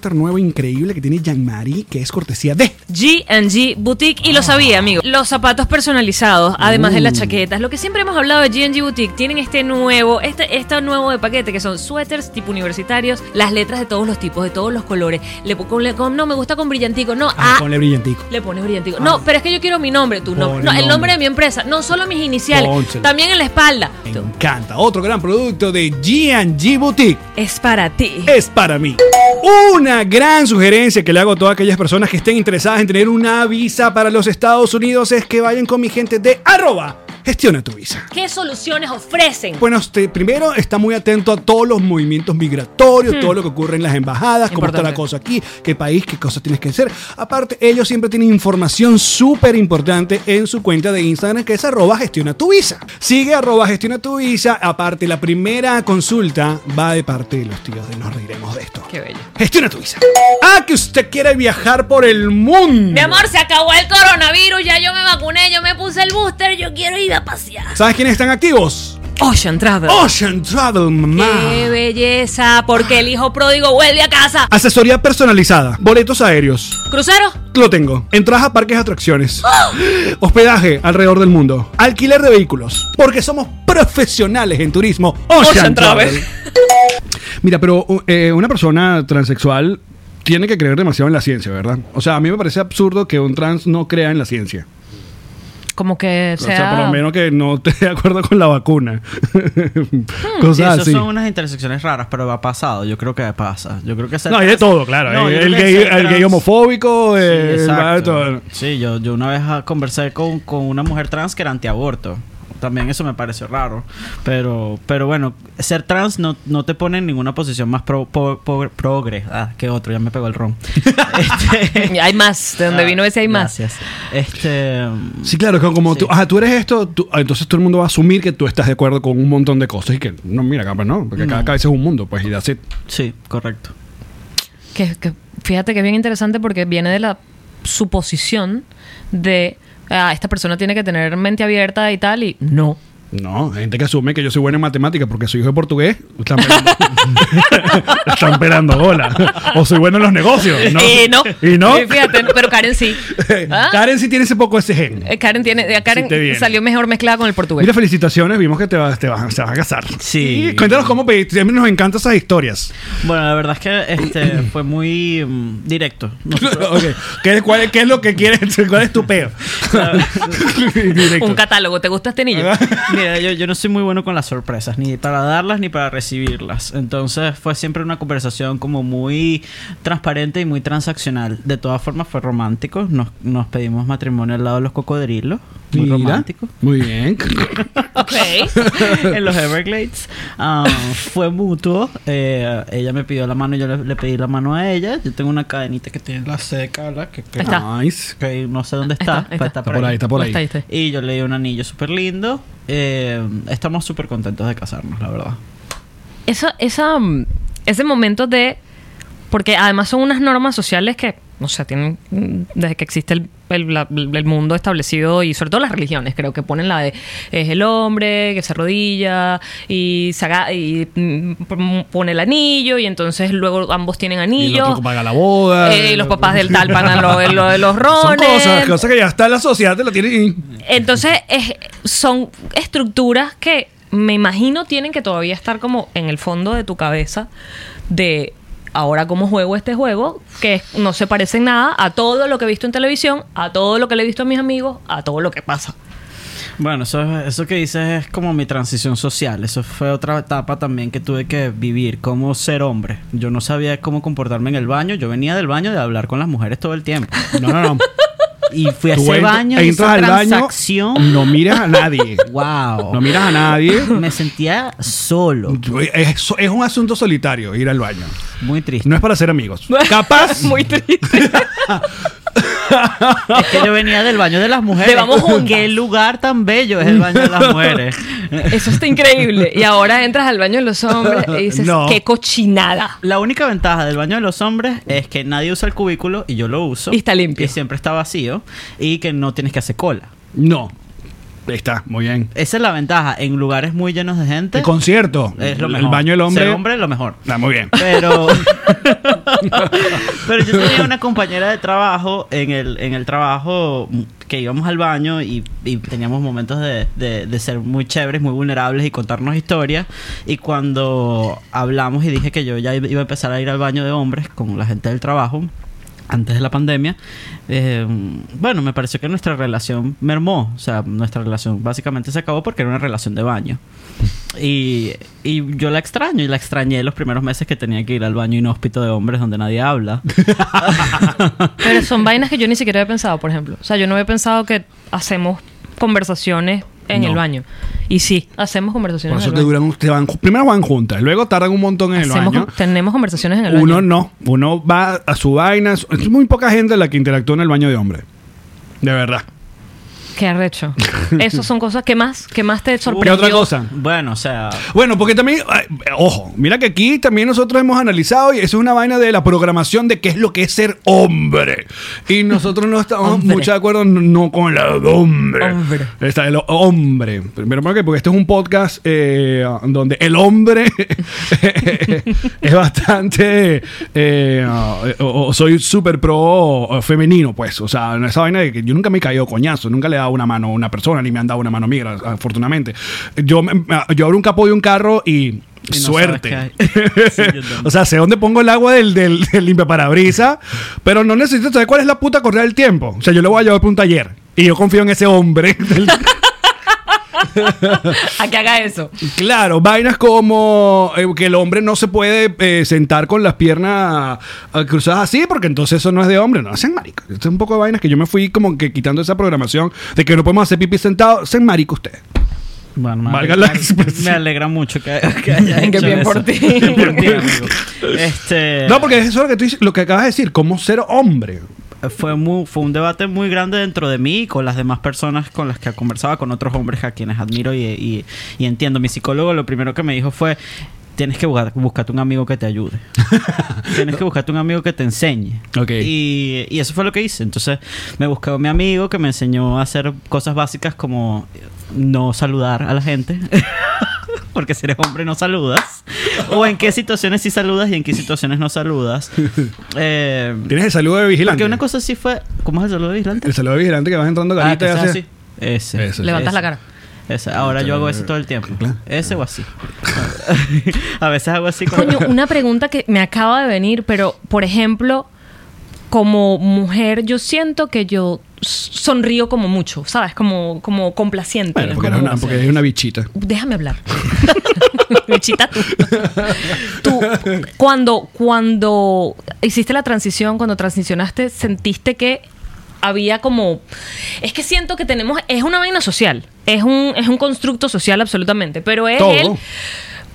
[SPEAKER 1] nuevo increíble que tiene Jean-Marie, que es cortesía de...
[SPEAKER 2] G&G Boutique y lo sabía, amigo. Los zapatos personalizados, además de las chaquetas. Lo que siempre hemos hablado de G&G Boutique, tienen este nuevo, este, este nuevo de paquete que son suéteres tipo universitarios, las letras de todos los tipos, de todos los colores. Le pongo, le- con- no, me gusta con brillantico, no,
[SPEAKER 1] Ah,
[SPEAKER 2] ah,
[SPEAKER 1] ponle brillantico.
[SPEAKER 2] le pones brillantico. No, pero es que yo quiero mi nombre, tu nombre,
[SPEAKER 1] Ponle
[SPEAKER 2] no, el
[SPEAKER 1] nombre.
[SPEAKER 2] nombre de mi empresa, no solo mis iniciales,
[SPEAKER 1] Pónselo.
[SPEAKER 2] también en la espalda.
[SPEAKER 1] Me encanta. Otro gran producto de G&G Boutique.
[SPEAKER 2] Es para ti.
[SPEAKER 1] es para mí. Una gran sugerencia que le hago a todas aquellas personas que estén interesadas en tener una visa para los Estados Unidos es que vayan con mi gente de arroba. Gestiona tu visa.
[SPEAKER 2] ¿Qué soluciones ofrecen?
[SPEAKER 1] Bueno, usted primero está muy atento a todos los movimientos migratorios, todo lo que ocurre en las embajadas, cómo está la
[SPEAKER 2] Hmm. Importante.
[SPEAKER 1] cosa aquí, qué país, qué cosas tienes que hacer. Aparte, ellos siempre tienen información súper importante en su cuenta de Instagram que es arroba gestiona tu visa. Sigue arroba gestiona tu visa. Aparte, la primera consulta va de parte de los tíos de Nos Reiremos de esto.
[SPEAKER 2] Qué bello.
[SPEAKER 1] Gestiona tu visa. Ah, que usted quiere viajar por el mundo.
[SPEAKER 2] Mi amor, se acabó el coronavirus, ya yo me vacuné, yo me puse el booster, yo quiero ir a pasear.
[SPEAKER 1] ¿Sabes quiénes están activos?
[SPEAKER 2] Ocean Travel.
[SPEAKER 1] Ocean Travel, mamá.
[SPEAKER 2] ¡Qué belleza! Porque el hijo pródigo vuelve a casa.
[SPEAKER 1] Asesoría personalizada. Boletos aéreos.
[SPEAKER 2] ¿Crucero?
[SPEAKER 1] Lo tengo. Entradas a parques y atracciones. Hospedaje alrededor del mundo. Alquiler de vehículos. Porque somos profesionales en turismo. Ocean,
[SPEAKER 2] Ocean
[SPEAKER 1] Travel.
[SPEAKER 2] Travel.
[SPEAKER 1] Mira, pero uh, eh, una persona transexual tiene que creer demasiado en la ciencia, ¿verdad? O sea, a mí me parece absurdo que un trans no crea en la ciencia.
[SPEAKER 2] Como que
[SPEAKER 1] O sea, por lo menos que no esté de acuerdo con la vacuna. Cosas
[SPEAKER 4] Esas
[SPEAKER 1] así.
[SPEAKER 4] Hmm. son unas intersecciones raras, pero ha pasado. Yo creo que pasa. Yo creo que se
[SPEAKER 1] No, hay de todo, claro.
[SPEAKER 4] No, yo
[SPEAKER 1] el,
[SPEAKER 4] creo
[SPEAKER 1] el
[SPEAKER 4] que
[SPEAKER 1] gay,
[SPEAKER 4] ser
[SPEAKER 1] el gay
[SPEAKER 4] trans-
[SPEAKER 1] homofóbico,
[SPEAKER 4] Sí,
[SPEAKER 1] el-
[SPEAKER 4] exacto.
[SPEAKER 1] todo.
[SPEAKER 4] Sí, yo, yo una vez ah, conversé con, con una mujer trans que era antiaborto. También eso me pareció raro. Pero, pero bueno, ser trans no, no te pone en ninguna posición más pro, po- po- progre. Ah, que otro, ya me pegó el ron. Este-
[SPEAKER 2] Hay más, de donde
[SPEAKER 4] Ah,
[SPEAKER 2] vino ese hay más.
[SPEAKER 4] Gracias. Este.
[SPEAKER 1] Sí, claro, que como
[SPEAKER 4] Sí.
[SPEAKER 1] tú, ajá, tú eres esto, tú- ah, entonces todo el mundo va a asumir que tú estás de acuerdo con un montón de cosas y que no, mira, capaz no, porque cada cabeza es un mundo, pues, y así.
[SPEAKER 4] Sí, correcto.
[SPEAKER 2] Que, que- fíjate que es bien interesante porque viene de la suposición de ah, esta persona tiene que tener mente abierta y tal, y no.
[SPEAKER 1] No, hay gente que asume que yo soy bueno en matemáticas porque soy hijo de portugués, están pelando, están pelando bola. O soy bueno en los negocios. ¿no?
[SPEAKER 2] Eh, no.
[SPEAKER 1] ¿Y no?
[SPEAKER 2] Eh, Fíjate, pero Karen sí. ¿Ah?
[SPEAKER 1] Karen sí tiene ese poco ese gen.
[SPEAKER 2] Eh, Karen, tiene, eh, Karen
[SPEAKER 1] Sí te viene.
[SPEAKER 2] salió mejor mezclada con el portugués.
[SPEAKER 1] Mira, felicitaciones, vimos que te vas, te vas, se vas a casar.
[SPEAKER 4] Sí.
[SPEAKER 1] Y cuéntanos cómo pediste, a mí nos encantan esas historias.
[SPEAKER 4] Bueno, la verdad es que este fue muy mm, directo.
[SPEAKER 1] Ok, ¿Qué, cuál- ¿Qué es lo que quieres? ¿Cuál es tu peo? Directo.
[SPEAKER 2] Un catálogo, ¿te gusta este niño?
[SPEAKER 4] mira, yo, yo no soy muy bueno con las sorpresas, ni para darlas ni para recibirlas. Entonces fue siempre una conversación como muy transparente y muy transaccional. De todas formas fue romántico. Nos, nos pedimos matrimonio al lado de los cocodrilos. Muy
[SPEAKER 1] Mira,
[SPEAKER 4] romántico.
[SPEAKER 1] Muy bien.
[SPEAKER 2] Ok.
[SPEAKER 4] en los Everglades. Ah, fue mutuo. Eh, ella me pidió la mano, yo le, le pedí la mano a ella. Yo tengo una cadenita que tiene la seca, ¿verdad? Que, que-
[SPEAKER 2] Está.
[SPEAKER 1] Nice.
[SPEAKER 4] que no sé dónde está.
[SPEAKER 2] ahí está.
[SPEAKER 4] pero está
[SPEAKER 1] Está por ahí, está por ahí.
[SPEAKER 2] Está ahí, está ahí.
[SPEAKER 4] Y yo le di un anillo súper lindo. Eh, estamos súper contentos de casarnos, la verdad.
[SPEAKER 2] Esa, esa, mm, ese momento de. Porque además son unas normas sociales que, no sé, tienen. mm, Desde que existe el, el- la- el mundo establecido y sobre todo las religiones, creo que ponen la de. Es el hombre que se arrodilla y, se aga- y mm, p- pone el anillo y entonces luego ambos
[SPEAKER 1] Y
[SPEAKER 2] tienen
[SPEAKER 1] el
[SPEAKER 2] anillos.
[SPEAKER 1] otro paga la boda.
[SPEAKER 2] Eh, y los papás del tal pagan lo, lo de los
[SPEAKER 1] Son
[SPEAKER 2] rones.
[SPEAKER 1] cosas, cosas que ya está la sociedad, te lo tiene.
[SPEAKER 2] Entonces, es- son estructuras que me imagino tienen que todavía estar como en el fondo de tu cabeza de ahora cómo juego este juego, que no se parece en nada a todo lo que he visto en televisión, a todo lo que le he visto a mis amigos, a todo lo que pasa.
[SPEAKER 4] Bueno, eso, eso que dices es como mi transición social. Eso fue otra etapa también que tuve que vivir, como ser hombre. Yo no sabía cómo comportarme en el baño. Yo venía del baño de hablar con las mujeres todo el tiempo.
[SPEAKER 1] No, no, no.
[SPEAKER 4] Y fui a
[SPEAKER 1] Tú
[SPEAKER 4] ese
[SPEAKER 1] entras-
[SPEAKER 4] baño, y
[SPEAKER 1] entras
[SPEAKER 4] esa
[SPEAKER 1] al baño,
[SPEAKER 4] transacción.
[SPEAKER 1] No miras a nadie.
[SPEAKER 4] Wow.
[SPEAKER 1] No miras a nadie.
[SPEAKER 4] Me sentía solo.
[SPEAKER 1] Es, es un asunto solitario ir al baño.
[SPEAKER 4] Muy triste.
[SPEAKER 1] No es para ser amigos. Capaz.
[SPEAKER 2] Muy triste.
[SPEAKER 4] Es que yo venía del baño de las mujeres.
[SPEAKER 2] Te vamos juntas.
[SPEAKER 4] Qué lugar tan bello es el baño de las mujeres.
[SPEAKER 2] Eso está increíble. Y ahora entras al baño de los hombres y dices,
[SPEAKER 1] No.
[SPEAKER 2] qué cochinada.
[SPEAKER 4] La única ventaja del baño de los hombres es que nadie usa el cubículo y yo lo uso.
[SPEAKER 2] Y está limpio.
[SPEAKER 4] Y siempre está vacío y que no tienes que hacer cola.
[SPEAKER 1] No. Ahí está, muy bien.
[SPEAKER 4] Esa es la ventaja. En lugares muy llenos de gente.
[SPEAKER 1] El concierto.
[SPEAKER 4] es lo
[SPEAKER 1] El-
[SPEAKER 4] mejor.
[SPEAKER 1] El baño del hombre.
[SPEAKER 4] Ser hombre es lo mejor.
[SPEAKER 1] Está muy bien.
[SPEAKER 4] Pero. pero yo tenía una compañera de trabajo en el, en el trabajo que íbamos al baño y, y teníamos momentos de, de- de ser muy chéveres, muy vulnerables y contarnos historias. Y cuando hablamos y dije que yo ya iba a empezar a ir al baño de hombres con la gente del trabajo. Antes de la pandemia, eh, bueno, me pareció que nuestra relación mermó. O sea, nuestra relación básicamente se acabó porque era una relación de baño. Y, y yo la extraño y la extrañé los primeros meses que tenía que ir al baño inhóspito de hombres donde nadie habla.
[SPEAKER 2] Pero son vainas que yo ni siquiera había pensado, por ejemplo. O sea, yo no había pensado que hacemos conversaciones en
[SPEAKER 4] No.
[SPEAKER 2] el baño. Y sí, hacemos conversaciones
[SPEAKER 1] Por eso
[SPEAKER 2] en
[SPEAKER 1] te
[SPEAKER 2] el baño.
[SPEAKER 1] duran, te van, primero van juntas, luego tardan un montón en el
[SPEAKER 2] Hacemos
[SPEAKER 1] baño.
[SPEAKER 2] con- tenemos conversaciones en el
[SPEAKER 1] Uno
[SPEAKER 2] baño.
[SPEAKER 1] no, uno va a su vaina. su- Es muy poca gente la que interactúa en el baño de hombre. De verdad.
[SPEAKER 2] Qué arrecho. Esas son cosas que más, que más te
[SPEAKER 1] ¿Qué
[SPEAKER 2] sorprendió.
[SPEAKER 1] otra cosa?
[SPEAKER 4] Bueno, o sea,
[SPEAKER 1] Bueno, porque también, ay, ojo, mira que aquí también nosotros hemos analizado y eso es una vaina de la programación de qué es lo que es ser hombre. Y nosotros no estamos
[SPEAKER 2] Hombre.
[SPEAKER 1] mucho de acuerdo no- no con la de hombre.
[SPEAKER 2] Hombre.
[SPEAKER 1] Está el hombre. Primero porque, porque este es un podcast eh, donde el hombre es bastante... eh, o- o soy súper pro eh, femenino, pues. O sea, esa vaina de que yo nunca me he caído coñazo, nunca le he dado una mano a una persona, ni me han dado una mano a mí, gra- afortunadamente. Yo, me- yo abro un capó de un carro y
[SPEAKER 4] Y no
[SPEAKER 1] suerte.
[SPEAKER 4] sabes qué hay. Sí, yo también.
[SPEAKER 1] o sea, sé dónde pongo el agua del, del, del limpiaparabrisas, pero no necesito saber cuál es la puta correa del tiempo. O sea, yo lo voy a llevar para un taller. Y yo confío en ese hombre.
[SPEAKER 2] A que haga eso.
[SPEAKER 1] claro, vainas como eh, que el hombre no se puede eh, sentar con las piernas eh, cruzadas así, porque entonces eso no es de hombre. No, sean maricos. Esto es un poco de vainas que yo me fui como que quitando esa programación de que no podemos hacer pipí sentado. Sean maricos ustedes.
[SPEAKER 4] bueno, me,
[SPEAKER 1] Valga la
[SPEAKER 4] me-
[SPEAKER 1] expresión.
[SPEAKER 4] me alegra mucho que, que hayas
[SPEAKER 2] Que
[SPEAKER 4] hecho
[SPEAKER 2] bien
[SPEAKER 4] eso.
[SPEAKER 2] por ti.
[SPEAKER 4] Bien por ti, amigo. Este,
[SPEAKER 1] No, porque eso es lo que, tú, dices- lo que acabas de decir, como ser hombre.
[SPEAKER 4] fue, muy, fue un debate muy grande dentro de mí y con las demás personas con las que conversaba, con otros hombres a quienes admiro y, y- y entiendo. Mi psicólogo lo primero que me dijo fue, tienes que buscar, buscarte un amigo que te ayude. tienes que buscarte un amigo que te enseñe.
[SPEAKER 1] Ok.
[SPEAKER 4] Y, y eso fue lo que hice. Entonces me busqué a mi amigo que me enseñó a hacer cosas básicas como no saludar a la gente. Porque si eres hombre no saludas. O en qué situaciones sí saludas y en qué situaciones no saludas. Eh,
[SPEAKER 1] Tienes el saludo de vigilante.
[SPEAKER 4] porque una cosa sí fue. ¿cómo es el saludo de vigilante?
[SPEAKER 1] El saludo de vigilante que vas entrando
[SPEAKER 4] Ah,
[SPEAKER 1] carita
[SPEAKER 4] que
[SPEAKER 1] y
[SPEAKER 4] sea
[SPEAKER 1] haces-
[SPEAKER 4] así. Ese.
[SPEAKER 1] Ese.
[SPEAKER 2] Levantas
[SPEAKER 4] Ese.
[SPEAKER 2] la cara.
[SPEAKER 4] Ese. Ahora yo hago ese todo el tiempo.
[SPEAKER 1] Claro.
[SPEAKER 4] Ese o así. A veces hago así. cuando-
[SPEAKER 2] Coño, una pregunta que me acaba de venir, pero por ejemplo, como mujer yo siento que yo s- sonrío como mucho, ¿sabes? Como, como complaciente.
[SPEAKER 1] Bueno, porque,
[SPEAKER 2] como-
[SPEAKER 1] eres una, porque eres una bichita.
[SPEAKER 2] Déjame hablar. Bichita tú. Tú, cuando, cuando hiciste la transición, cuando transicionaste, sentiste que había como. Es que siento que tenemos. Es una vaina social. Es un, es un constructo social, absolutamente. Pero es
[SPEAKER 1] Todo.
[SPEAKER 2] el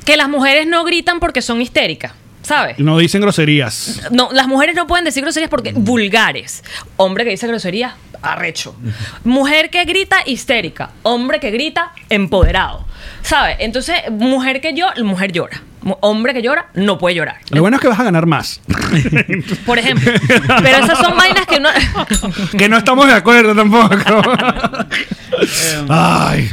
[SPEAKER 2] que las mujeres no gritan porque son histéricas. ¿Sabes?
[SPEAKER 1] No dicen groserías.
[SPEAKER 2] No, las mujeres no pueden decir groserías porque vulgares. Hombre que dice groserías, arrecho. Mujer que grita, histérica. Hombre que grita, empoderado. ¿Sabes? Entonces, mujer que llora, mujer llora. Mu- Hombre que llora, no puede llorar.
[SPEAKER 1] Lo bueno es que vas a ganar más.
[SPEAKER 2] Por ejemplo. Pero esas son vainas que no.
[SPEAKER 1] que no estamos de acuerdo tampoco.
[SPEAKER 4] eh,
[SPEAKER 1] Ay.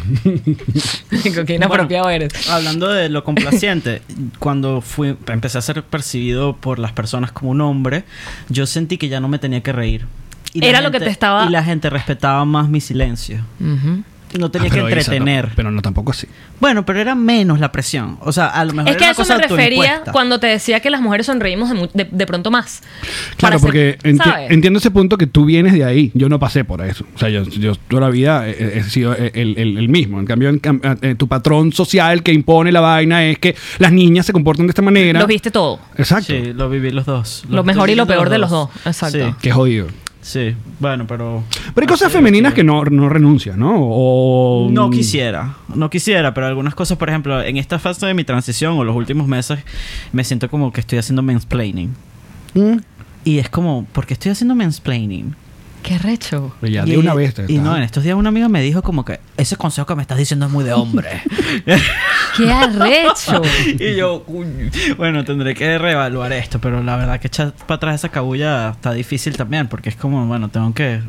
[SPEAKER 2] Digo, qué inapropiado
[SPEAKER 4] Bueno,
[SPEAKER 2] eres.
[SPEAKER 4] Hablando de lo complaciente, cuando fui, empecé a ser percibido por las personas como un hombre, yo sentí que ya no me tenía que reír. la
[SPEAKER 2] Era lo que te estaba-
[SPEAKER 4] Y la gente respetaba más mi silencio. No tenía
[SPEAKER 1] Ah, pero
[SPEAKER 4] que
[SPEAKER 1] Isa, no,
[SPEAKER 4] entretener.
[SPEAKER 1] pero no tampoco así.
[SPEAKER 4] Bueno, pero era menos la presión. O sea, a lo mejor
[SPEAKER 2] Es que
[SPEAKER 4] era
[SPEAKER 2] a
[SPEAKER 4] una
[SPEAKER 2] eso
[SPEAKER 4] cosa
[SPEAKER 2] me refería
[SPEAKER 4] autoimpuesta.
[SPEAKER 2] cuando te decía que las mujeres sonreímos de, mu- de- de pronto más. Para
[SPEAKER 1] Claro,
[SPEAKER 2] ser-
[SPEAKER 1] porque enti-
[SPEAKER 2] ¿sabes?
[SPEAKER 1] entiendo ese punto que tú vienes de ahí. Yo no pasé por eso. O sea, yo, yo toda la vida he, he sido e, el, el- el mismo. En cambio, en cam- eh, tu patrón social que impone la vaina es que las niñas se comportan de esta manera.
[SPEAKER 2] Lo viste todo.
[SPEAKER 1] Exacto.
[SPEAKER 4] Sí, lo viví los dos.
[SPEAKER 2] Lo
[SPEAKER 4] Los-
[SPEAKER 2] mejor y lo
[SPEAKER 4] viví
[SPEAKER 2] peor de los dos, exacto.
[SPEAKER 1] Qué jodido.
[SPEAKER 4] Sí, sí. Bueno, pero...
[SPEAKER 1] Pero hay cosas
[SPEAKER 4] Así,
[SPEAKER 1] femeninas
[SPEAKER 4] Ah, sí.
[SPEAKER 1] que no, no renuncian, ¿no? O, mm,
[SPEAKER 4] No quisiera, no quisiera, pero algunas cosas, por ejemplo, en esta fase de mi transición o los últimos meses, me siento como que estoy haciendo mansplaining.
[SPEAKER 1] Mm.
[SPEAKER 4] Y es como, ¿por qué estoy haciendo mansplaining?
[SPEAKER 2] Qué recho.
[SPEAKER 1] Pero ya
[SPEAKER 4] y
[SPEAKER 1] de una vez. te-
[SPEAKER 4] Y no, en este. estos días una amiga me dijo como que ese consejo que me estás diciendo es muy de hombre.
[SPEAKER 2] Qué arrecho.
[SPEAKER 4] y yo, "Coño". bueno, tendré que reevaluar esto, pero la verdad que echar para atrás esa cabulla está difícil también, porque es como, bueno, tengo que...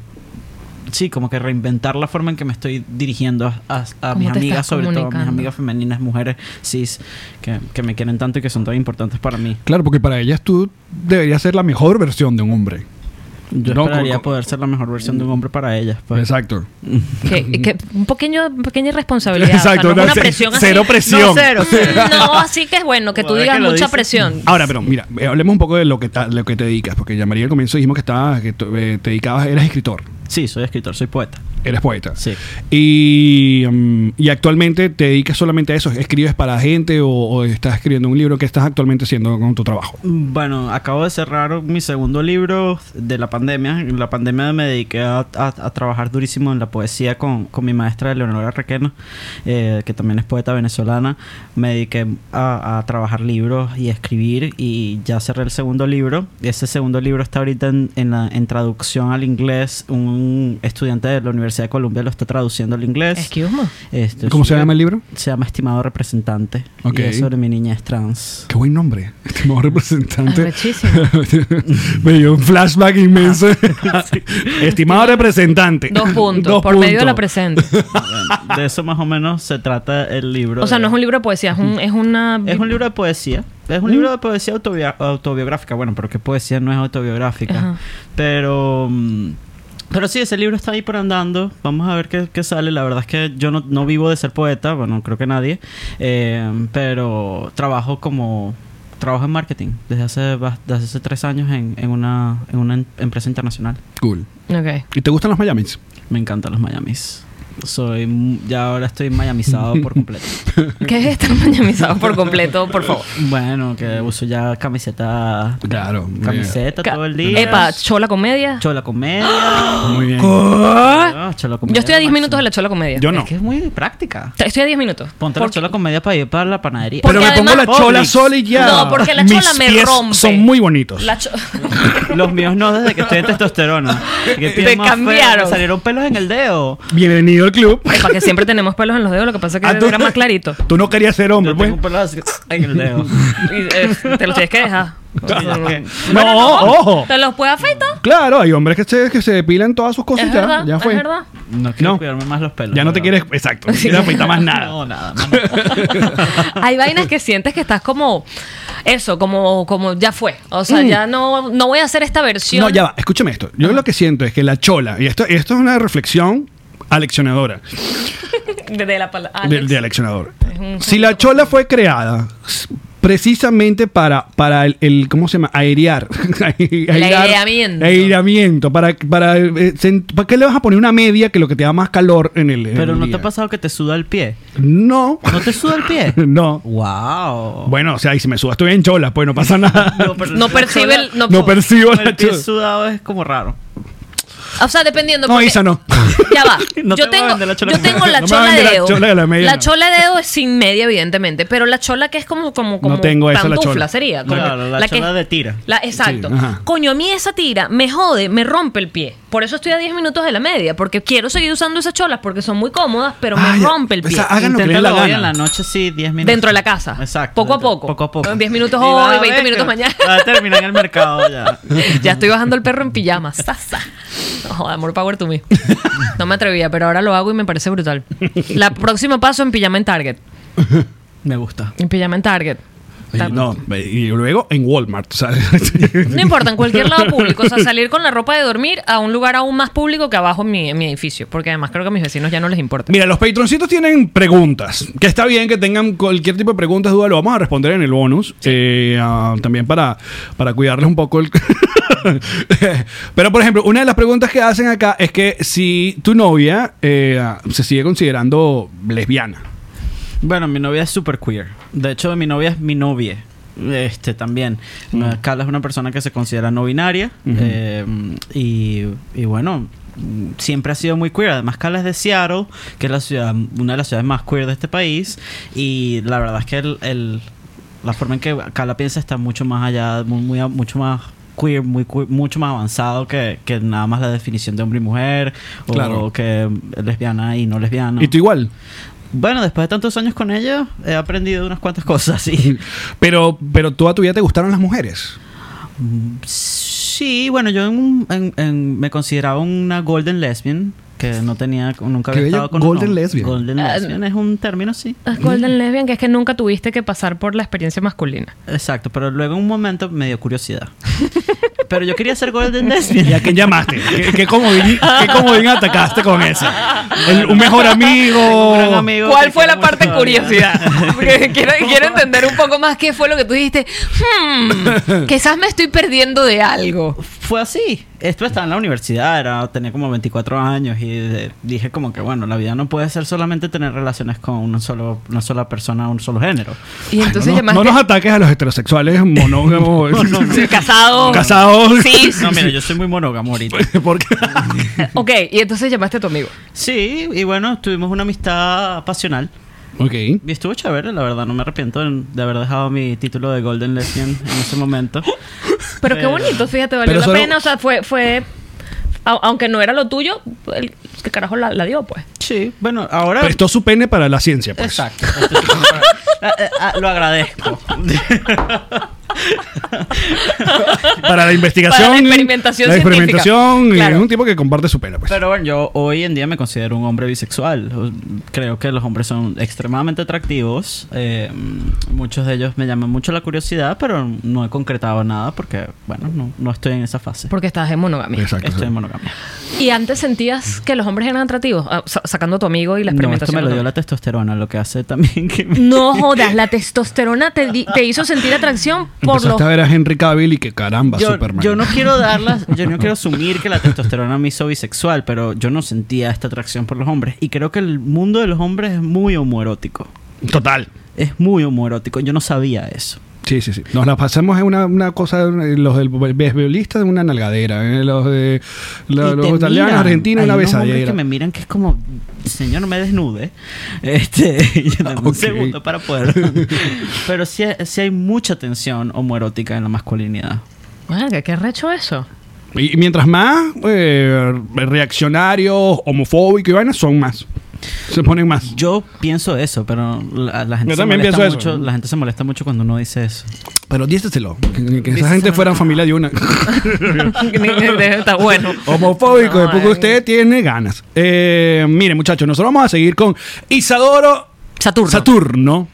[SPEAKER 4] Sí, como que reinventar la forma en que me estoy dirigiendo a- a, a
[SPEAKER 2] ¿Cómo
[SPEAKER 4] mis
[SPEAKER 2] te
[SPEAKER 4] amigas,
[SPEAKER 2] estás
[SPEAKER 4] sobre todo a mis
[SPEAKER 2] comunicando?
[SPEAKER 4] amigas femeninas, mujeres cis, que, que me quieren tanto y que son tan importantes para mí.
[SPEAKER 1] Claro, porque para ellas tú deberías ser la mejor versión de un hombre.
[SPEAKER 4] Yo
[SPEAKER 1] No,
[SPEAKER 4] esperaría
[SPEAKER 1] con- con-
[SPEAKER 4] poder ser la mejor versión de un hombre para ellas. pues.
[SPEAKER 1] Exacto.
[SPEAKER 2] que, que un pequeño pequeña irresponsabilidad
[SPEAKER 1] Exacto,
[SPEAKER 2] o sea, no es
[SPEAKER 1] no,
[SPEAKER 2] una
[SPEAKER 1] ce-
[SPEAKER 2] presión así.
[SPEAKER 1] cero presión.
[SPEAKER 2] no, cero. no así que es bueno que tú
[SPEAKER 4] Ahora
[SPEAKER 2] digas
[SPEAKER 4] que lo
[SPEAKER 2] mucha
[SPEAKER 4] dices.
[SPEAKER 2] presión
[SPEAKER 1] Ahora, pero mira, eh, hablemos un poco de lo que, ta- lo que te dedicas, porque ya María al comienzo dijimos que, estabas, que tú, eh, te dedicabas, eras escritor,
[SPEAKER 4] Sí, soy escritor, soy poeta.
[SPEAKER 1] eres poeta.
[SPEAKER 4] Sí.
[SPEAKER 1] Y, mm, y actualmente te dedicas solamente a eso, escribes para gente o, o estás escribiendo un libro que estás actualmente haciendo con tu trabajo.
[SPEAKER 4] Bueno, acabo de cerrar mi segundo libro de la pandemia. En la pandemia me dediqué a, a- a trabajar durísimo en la poesía con, con mi maestra Leonora Requena, eh, que también es poeta venezolana. Me dediqué a, a trabajar libros y a escribir y ya cerré el segundo libro. Ese segundo libro está ahorita en, en la- en traducción al inglés. Un estudiante de la Universidad de Columbia lo está traduciendo al inglés.
[SPEAKER 2] Excuse me.
[SPEAKER 4] Este,
[SPEAKER 1] ¿Cómo se
[SPEAKER 4] sí,
[SPEAKER 1] llama el libro?
[SPEAKER 4] Se llama Estimado Representante. y
[SPEAKER 1] Ok.
[SPEAKER 4] es sobre mi niñez trans.
[SPEAKER 1] Qué buen nombre, estimado representante.
[SPEAKER 2] Arrechísimo.
[SPEAKER 1] Me dio un flashback inmenso.
[SPEAKER 4] Ah.
[SPEAKER 1] estimado representante.
[SPEAKER 2] dos puntos
[SPEAKER 1] Dos
[SPEAKER 2] por medio de la
[SPEAKER 1] puntos.
[SPEAKER 2] presente
[SPEAKER 4] De eso más o menos se trata el libro.
[SPEAKER 2] o sea
[SPEAKER 4] de-
[SPEAKER 2] no es un libro Mm. de poesía es, un, es una
[SPEAKER 4] Es un libro de poesía. Es un libro de poesía autobia- autobiográfica. Bueno, pero que poesía no es autobiográfica.
[SPEAKER 2] Ajá.
[SPEAKER 4] Pero. mm, Pero sí, ese libro está ahí por andando. Vamos a ver qué, qué sale. La verdad es que yo no, no vivo de ser poeta. Bueno, creo que nadie. Eh, pero trabajo como. Trabajo en marketing desde hace, bas- desde hace tres años en, en una, en una em- empresa internacional.
[SPEAKER 1] Cool.
[SPEAKER 2] Ok.
[SPEAKER 1] ¿Y te gustan los Miamis?
[SPEAKER 4] Me encantan los Miamis. Soy, mu- ya ahora estoy miamizado por completo.
[SPEAKER 2] ¿Qué es estar mañamizado por completo? Por favor.
[SPEAKER 4] Bueno, que
[SPEAKER 1] Mm.
[SPEAKER 4] uso ya camiseta.
[SPEAKER 1] Claro.
[SPEAKER 4] Camiseta todo el día.
[SPEAKER 2] Epa, chola comedia.
[SPEAKER 4] Chola comedia.
[SPEAKER 1] Muy bien.
[SPEAKER 4] Ah, chola comedia
[SPEAKER 2] Yo estoy a 10
[SPEAKER 4] máximo.
[SPEAKER 2] minutos de la chola comedia.
[SPEAKER 1] Yo no.
[SPEAKER 4] Es que es muy práctica.
[SPEAKER 2] Estoy a 10 minutos.
[SPEAKER 4] Ponte la
[SPEAKER 2] Porque-
[SPEAKER 4] chola comedia para ir para la panadería.
[SPEAKER 2] Porque
[SPEAKER 1] Pero me pongo la
[SPEAKER 2] además-
[SPEAKER 1] chola sola y ya.
[SPEAKER 2] No, porque la
[SPEAKER 1] Mis
[SPEAKER 2] chola me
[SPEAKER 1] pies
[SPEAKER 2] rompe.
[SPEAKER 1] Son muy bonitos.
[SPEAKER 2] La cho-
[SPEAKER 4] Los míos no, desde que estoy en testosterona. Que pies
[SPEAKER 2] Te
[SPEAKER 4] más feos,
[SPEAKER 2] cambiaron.
[SPEAKER 4] me salieron pelos en el dedo.
[SPEAKER 1] Bienvenido al club.
[SPEAKER 2] Epa, que siempre tenemos pelos en los dedos, lo que pasa es que
[SPEAKER 1] Ah, tú-
[SPEAKER 2] era más clarito.
[SPEAKER 1] Tú no querías ser hombre,
[SPEAKER 4] Yo
[SPEAKER 1] pues.
[SPEAKER 4] tengo un pelo así en el dedo.
[SPEAKER 2] Y, eh, te los tienes que dejar.
[SPEAKER 1] No, ojo.
[SPEAKER 2] ¿Te los puedo afeitar?
[SPEAKER 1] Claro, hay hombres que se, que se depilan todas sus cosas
[SPEAKER 2] Es
[SPEAKER 1] ya.
[SPEAKER 2] verdad,
[SPEAKER 1] ya fue.
[SPEAKER 2] es verdad.
[SPEAKER 4] No quiero
[SPEAKER 1] No.
[SPEAKER 4] cuidarme más los pelos.
[SPEAKER 1] Ya no
[SPEAKER 4] la
[SPEAKER 1] te
[SPEAKER 4] verdad.
[SPEAKER 1] quieres. Exacto. No te afeita más nada.
[SPEAKER 4] No, nada. más.
[SPEAKER 2] Hay vainas que sientes que estás como eso, como, como ya fue. O sea, ya no, no voy a hacer esta versión.
[SPEAKER 1] Mm. No, ya va. Escúchame esto.
[SPEAKER 2] Ah.
[SPEAKER 1] Yo lo que siento es que la chola, y esto, esto es una reflexión aleccionadora.
[SPEAKER 2] De, de la palabra.
[SPEAKER 1] De, de aleccionador. Si la chola fue creada s- precisamente para, para el, el- ¿cómo se llama? Airear. Airear-
[SPEAKER 2] aireamiento.
[SPEAKER 1] Aireamiento. Para, para, eh, sen- ¿Para qué le vas a poner una media que lo que te da más calor en el en
[SPEAKER 4] Pero
[SPEAKER 1] el
[SPEAKER 4] ¿no te
[SPEAKER 1] día?
[SPEAKER 4] ha pasado que te suda el pie?
[SPEAKER 1] No.
[SPEAKER 4] ¿No te suda el pie?
[SPEAKER 1] No.
[SPEAKER 4] ¡Wow!
[SPEAKER 1] Bueno, o sea, y si me sudas, estoy en chola, pues no pasa nada. No,
[SPEAKER 4] pero
[SPEAKER 2] No
[SPEAKER 4] la
[SPEAKER 2] percibe
[SPEAKER 4] sola-
[SPEAKER 2] el. No,
[SPEAKER 1] percibo la
[SPEAKER 4] el pie
[SPEAKER 1] chola.
[SPEAKER 4] sudado es como raro.
[SPEAKER 2] O sea, dependiendo.
[SPEAKER 1] No,
[SPEAKER 2] porque-
[SPEAKER 1] Isa, no.
[SPEAKER 2] Ya va.
[SPEAKER 4] No
[SPEAKER 2] yo
[SPEAKER 4] te voy a
[SPEAKER 2] tengo
[SPEAKER 4] vender la chola
[SPEAKER 2] yo
[SPEAKER 4] con media.
[SPEAKER 2] tengo la
[SPEAKER 1] No me
[SPEAKER 2] chola de
[SPEAKER 1] vende la
[SPEAKER 2] dedo.
[SPEAKER 1] chola de la media, no.
[SPEAKER 2] chola de dedo es sin media, evidentemente. Pero la chola que es como, como, como
[SPEAKER 1] tengo esa, la
[SPEAKER 2] pantufla
[SPEAKER 1] chola.
[SPEAKER 2] sería. como
[SPEAKER 4] Claro, la
[SPEAKER 2] que-
[SPEAKER 4] chola de tira.
[SPEAKER 2] La, exacto.
[SPEAKER 1] Sí, ajá.
[SPEAKER 2] Coño, a mí esa tira me jode, me rompe el pie. Por eso estoy a 10 minutos de la media. Porque quiero seguir usando esas cholas porque son muy cómodas, pero
[SPEAKER 1] Ah, Ay,
[SPEAKER 2] me rompe el pie.
[SPEAKER 1] o sea, hagan lo que les dé la
[SPEAKER 4] Inténtalo hoy en
[SPEAKER 1] gana.
[SPEAKER 4] la noche, sí, 10 minutos.
[SPEAKER 2] Dentro de la casa.
[SPEAKER 4] Exacto.
[SPEAKER 2] Poco a
[SPEAKER 4] dentro-
[SPEAKER 2] poco.
[SPEAKER 4] Poco a poco.
[SPEAKER 2] 10 minutos
[SPEAKER 4] Y vas
[SPEAKER 2] hoy,
[SPEAKER 4] a
[SPEAKER 2] 20
[SPEAKER 4] ver
[SPEAKER 2] minutos
[SPEAKER 4] que
[SPEAKER 2] mañana.
[SPEAKER 4] Va a terminar en el mercado ya.
[SPEAKER 2] ya estoy bajando el perro en pijama. Sasa. No, joda, amor power to me. No me atrevía, pero ahora lo hago y me parece brutal. La próxima paso en pijama en Target.
[SPEAKER 4] Me gusta.
[SPEAKER 2] En pijama en Target.
[SPEAKER 1] Oye, No, y luego en Walmart, ¿sabes?
[SPEAKER 2] No importa, en cualquier lado público. O sea, salir con la ropa de dormir a un lugar aún más público que abajo en mi, en mi edificio. Porque además creo que a mis vecinos ya no les importa.
[SPEAKER 1] Mira, los patroncitos tienen preguntas. Que está bien que tengan cualquier tipo de preguntas, duda, lo vamos a responder en el bonus. Eh, ah, también para, para cuidarles un poco el. Pero, por ejemplo, una de las preguntas que hacen acá es que si tu novia eh, ah, se sigue considerando lesbiana.
[SPEAKER 4] Bueno, mi novia es super queer. De hecho, mi novia es mi novia. Este también.
[SPEAKER 1] Mm.
[SPEAKER 4] Eh, Carla es una persona que se considera no binaria. eh, y, y bueno, mm, siempre ha sido muy queer. Además, Carla es de Seattle, que es la ciudad, una de las ciudades más queer de este país. Y la verdad es que el, el- la forma en que Carla piensa está mucho más allá, muy, muy a- mucho más queer, muy queer- mucho más avanzado que, que nada más la definición de hombre y mujer o
[SPEAKER 1] Claro.
[SPEAKER 4] que lesbiana y no lesbiana.
[SPEAKER 1] Y tú igual.
[SPEAKER 4] Bueno, después de tantos años con ella, he aprendido unas cuantas cosas. Y,
[SPEAKER 1] Pero, pero toda tu vida te gustaron las mujeres.
[SPEAKER 4] sí, bueno, yo en un- en- en- me consideraba una golden lesbian, que no tenía, nunca
[SPEAKER 1] Qué
[SPEAKER 4] había
[SPEAKER 1] bello,
[SPEAKER 4] estado con
[SPEAKER 1] golden
[SPEAKER 4] no,
[SPEAKER 1] lesbian.
[SPEAKER 4] Golden
[SPEAKER 2] Ah,
[SPEAKER 4] lesbian es un término, sí.
[SPEAKER 2] Es Golden Lesbian, que es que nunca tuviste que pasar por la experiencia masculina.
[SPEAKER 4] Exacto, pero luego en un momento me dio curiosidad. pero yo quería ser golden lesbian.
[SPEAKER 1] ¿Y a quién llamaste? ¿Qué, qué comodín, qué comodín atacaste con eso? El- un mejor amigo.
[SPEAKER 4] Un gran amigo
[SPEAKER 2] ¿Cuál
[SPEAKER 4] que
[SPEAKER 2] fue la
[SPEAKER 4] quiero mucho
[SPEAKER 2] parte
[SPEAKER 4] todavía.
[SPEAKER 2] curiosidad? Porque quiero, quiero entender un poco más qué fue lo que tú dijiste. Hmm, quizás me estoy perdiendo de algo.
[SPEAKER 4] Fue así. Esto estaba en la universidad, era, tenía como 24 años y de- dije como que, bueno, la vida no puede ser solamente tener relaciones con un solo, una sola persona, un solo género.
[SPEAKER 2] Y
[SPEAKER 1] Ay,
[SPEAKER 2] entonces
[SPEAKER 1] no, no- no
[SPEAKER 2] llamaste.
[SPEAKER 1] nos ataques a los heterosexuales monógamos.
[SPEAKER 2] Casado.
[SPEAKER 1] Casados.
[SPEAKER 2] Sí, sí.
[SPEAKER 4] No, mira, yo soy muy monógamo ahorita.
[SPEAKER 1] Porque
[SPEAKER 2] Ok, y entonces llamaste a tu amigo.
[SPEAKER 4] Sí, y bueno, tuvimos una amistad pasional.
[SPEAKER 1] Ok.
[SPEAKER 4] Y estuvo chévere, la verdad, no me arrepiento de de haber dejado mi título de Golden Lesbian en ese momento.
[SPEAKER 2] Pero qué
[SPEAKER 4] Pero-
[SPEAKER 2] bonito, fíjate,
[SPEAKER 1] pero
[SPEAKER 2] valió la
[SPEAKER 1] solo-
[SPEAKER 2] pena. O sea, fue. fue au- aunque no era lo tuyo, el, ¿qué carajo la, la dio, pues?
[SPEAKER 4] Sí, bueno, ahora...
[SPEAKER 1] Prestó su pene para la ciencia, pues.
[SPEAKER 4] Exacto. Ah, ah, ah, Lo agradezco.
[SPEAKER 1] Para la investigación.
[SPEAKER 2] Para la experimentación
[SPEAKER 1] La
[SPEAKER 2] científica.
[SPEAKER 1] experimentación. y
[SPEAKER 2] Claro.
[SPEAKER 1] Es un tipo que comparte su pene, pues.
[SPEAKER 4] Pero bueno, yo hoy en día me considero un hombre bisexual. Creo que los hombres son extremadamente atractivos. Eh, muchos de ellos me llaman mucho la curiosidad, pero no he concretado nada porque, bueno, no, no estoy en esa fase.
[SPEAKER 2] Porque estabas en monogamia.
[SPEAKER 1] Exacto.
[SPEAKER 4] Estoy en monogamia.
[SPEAKER 2] Y antes sentías que los hombres eran atractivos, Ah, sa- sacando a tu amigo y la
[SPEAKER 4] No, esto
[SPEAKER 2] experimentación.
[SPEAKER 4] me lo
[SPEAKER 2] de tu
[SPEAKER 4] dio la testosterona, lo que hace también que... me-
[SPEAKER 2] No jodas, la testosterona te, di- te hizo sentir atracción por
[SPEAKER 1] Empezaste
[SPEAKER 2] los...
[SPEAKER 1] a ver a Henry Cavill y que caramba,
[SPEAKER 4] yo,
[SPEAKER 1] Superman.
[SPEAKER 4] yo no quiero darlas, yo no quiero asumir que la testosterona me hizo bisexual, pero yo no sentía esta atracción por los hombres. Y creo que el mundo de los hombres es muy homoerótico.
[SPEAKER 1] Total.
[SPEAKER 4] Es muy homoerótico. Yo no sabía eso.
[SPEAKER 1] Sí, sí, sí. Nos la pasamos en una, una cosa, los del beisbolista en una nalgadera, eh, los de la-
[SPEAKER 4] Y
[SPEAKER 1] los
[SPEAKER 4] te
[SPEAKER 1] italianos,
[SPEAKER 4] miran.
[SPEAKER 1] argentinos,
[SPEAKER 4] Hay
[SPEAKER 1] una
[SPEAKER 4] unos hombres
[SPEAKER 1] besadera.
[SPEAKER 4] que me miran que es como, señor, no me desnude. Este, y dame
[SPEAKER 1] ok.
[SPEAKER 4] un segundo para poder. pero sí, sí hay mucha tensión homoerótica en la masculinidad.
[SPEAKER 2] Verga, ¿Qué recho eso?
[SPEAKER 1] Y mientras más eh, reaccionarios, homofóbicos y vainas, son más. Se ponen más.
[SPEAKER 4] Yo pienso eso, pero la, la gente
[SPEAKER 1] Yo
[SPEAKER 4] se
[SPEAKER 1] también
[SPEAKER 4] molesta
[SPEAKER 1] pienso eso.
[SPEAKER 4] mucho, la gente se molesta mucho cuando uno dice eso.
[SPEAKER 1] Pero díceselo. Que, que esa gente fuera familia de una.
[SPEAKER 2] Está bueno.
[SPEAKER 1] Homofóbico,
[SPEAKER 2] No,
[SPEAKER 1] es porque
[SPEAKER 2] eh.
[SPEAKER 1] usted tiene ganas. Eh, mire, muchachos, nosotros vamos a seguir con Isadoro
[SPEAKER 2] Saturno.
[SPEAKER 1] Saturno,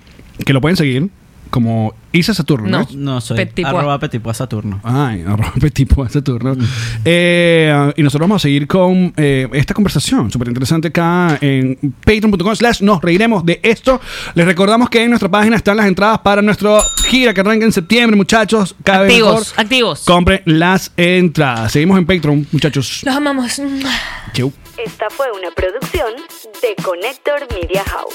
[SPEAKER 1] que lo pueden seguir como Isa Saturno.
[SPEAKER 2] No.
[SPEAKER 1] ¿no?
[SPEAKER 4] No, soy
[SPEAKER 2] Petipoa.
[SPEAKER 4] arroba petipoa Saturno.
[SPEAKER 1] Ay, rompe tipo a Saturno. Eh, y nosotros vamos a seguir con eh, esta conversación súper interesante acá en patreon.com slash nos reiremos de esto. Les recordamos que en nuestra página están las entradas para nuestro gira que arranca en septiembre, muchachos. Cada vez
[SPEAKER 2] Activos,
[SPEAKER 1] mejor.
[SPEAKER 2] activos.
[SPEAKER 1] Compren las entradas. Seguimos en Patreon, muchachos.
[SPEAKER 2] Los amamos.
[SPEAKER 1] Chau.
[SPEAKER 5] Esta fue una producción de Connector Media House.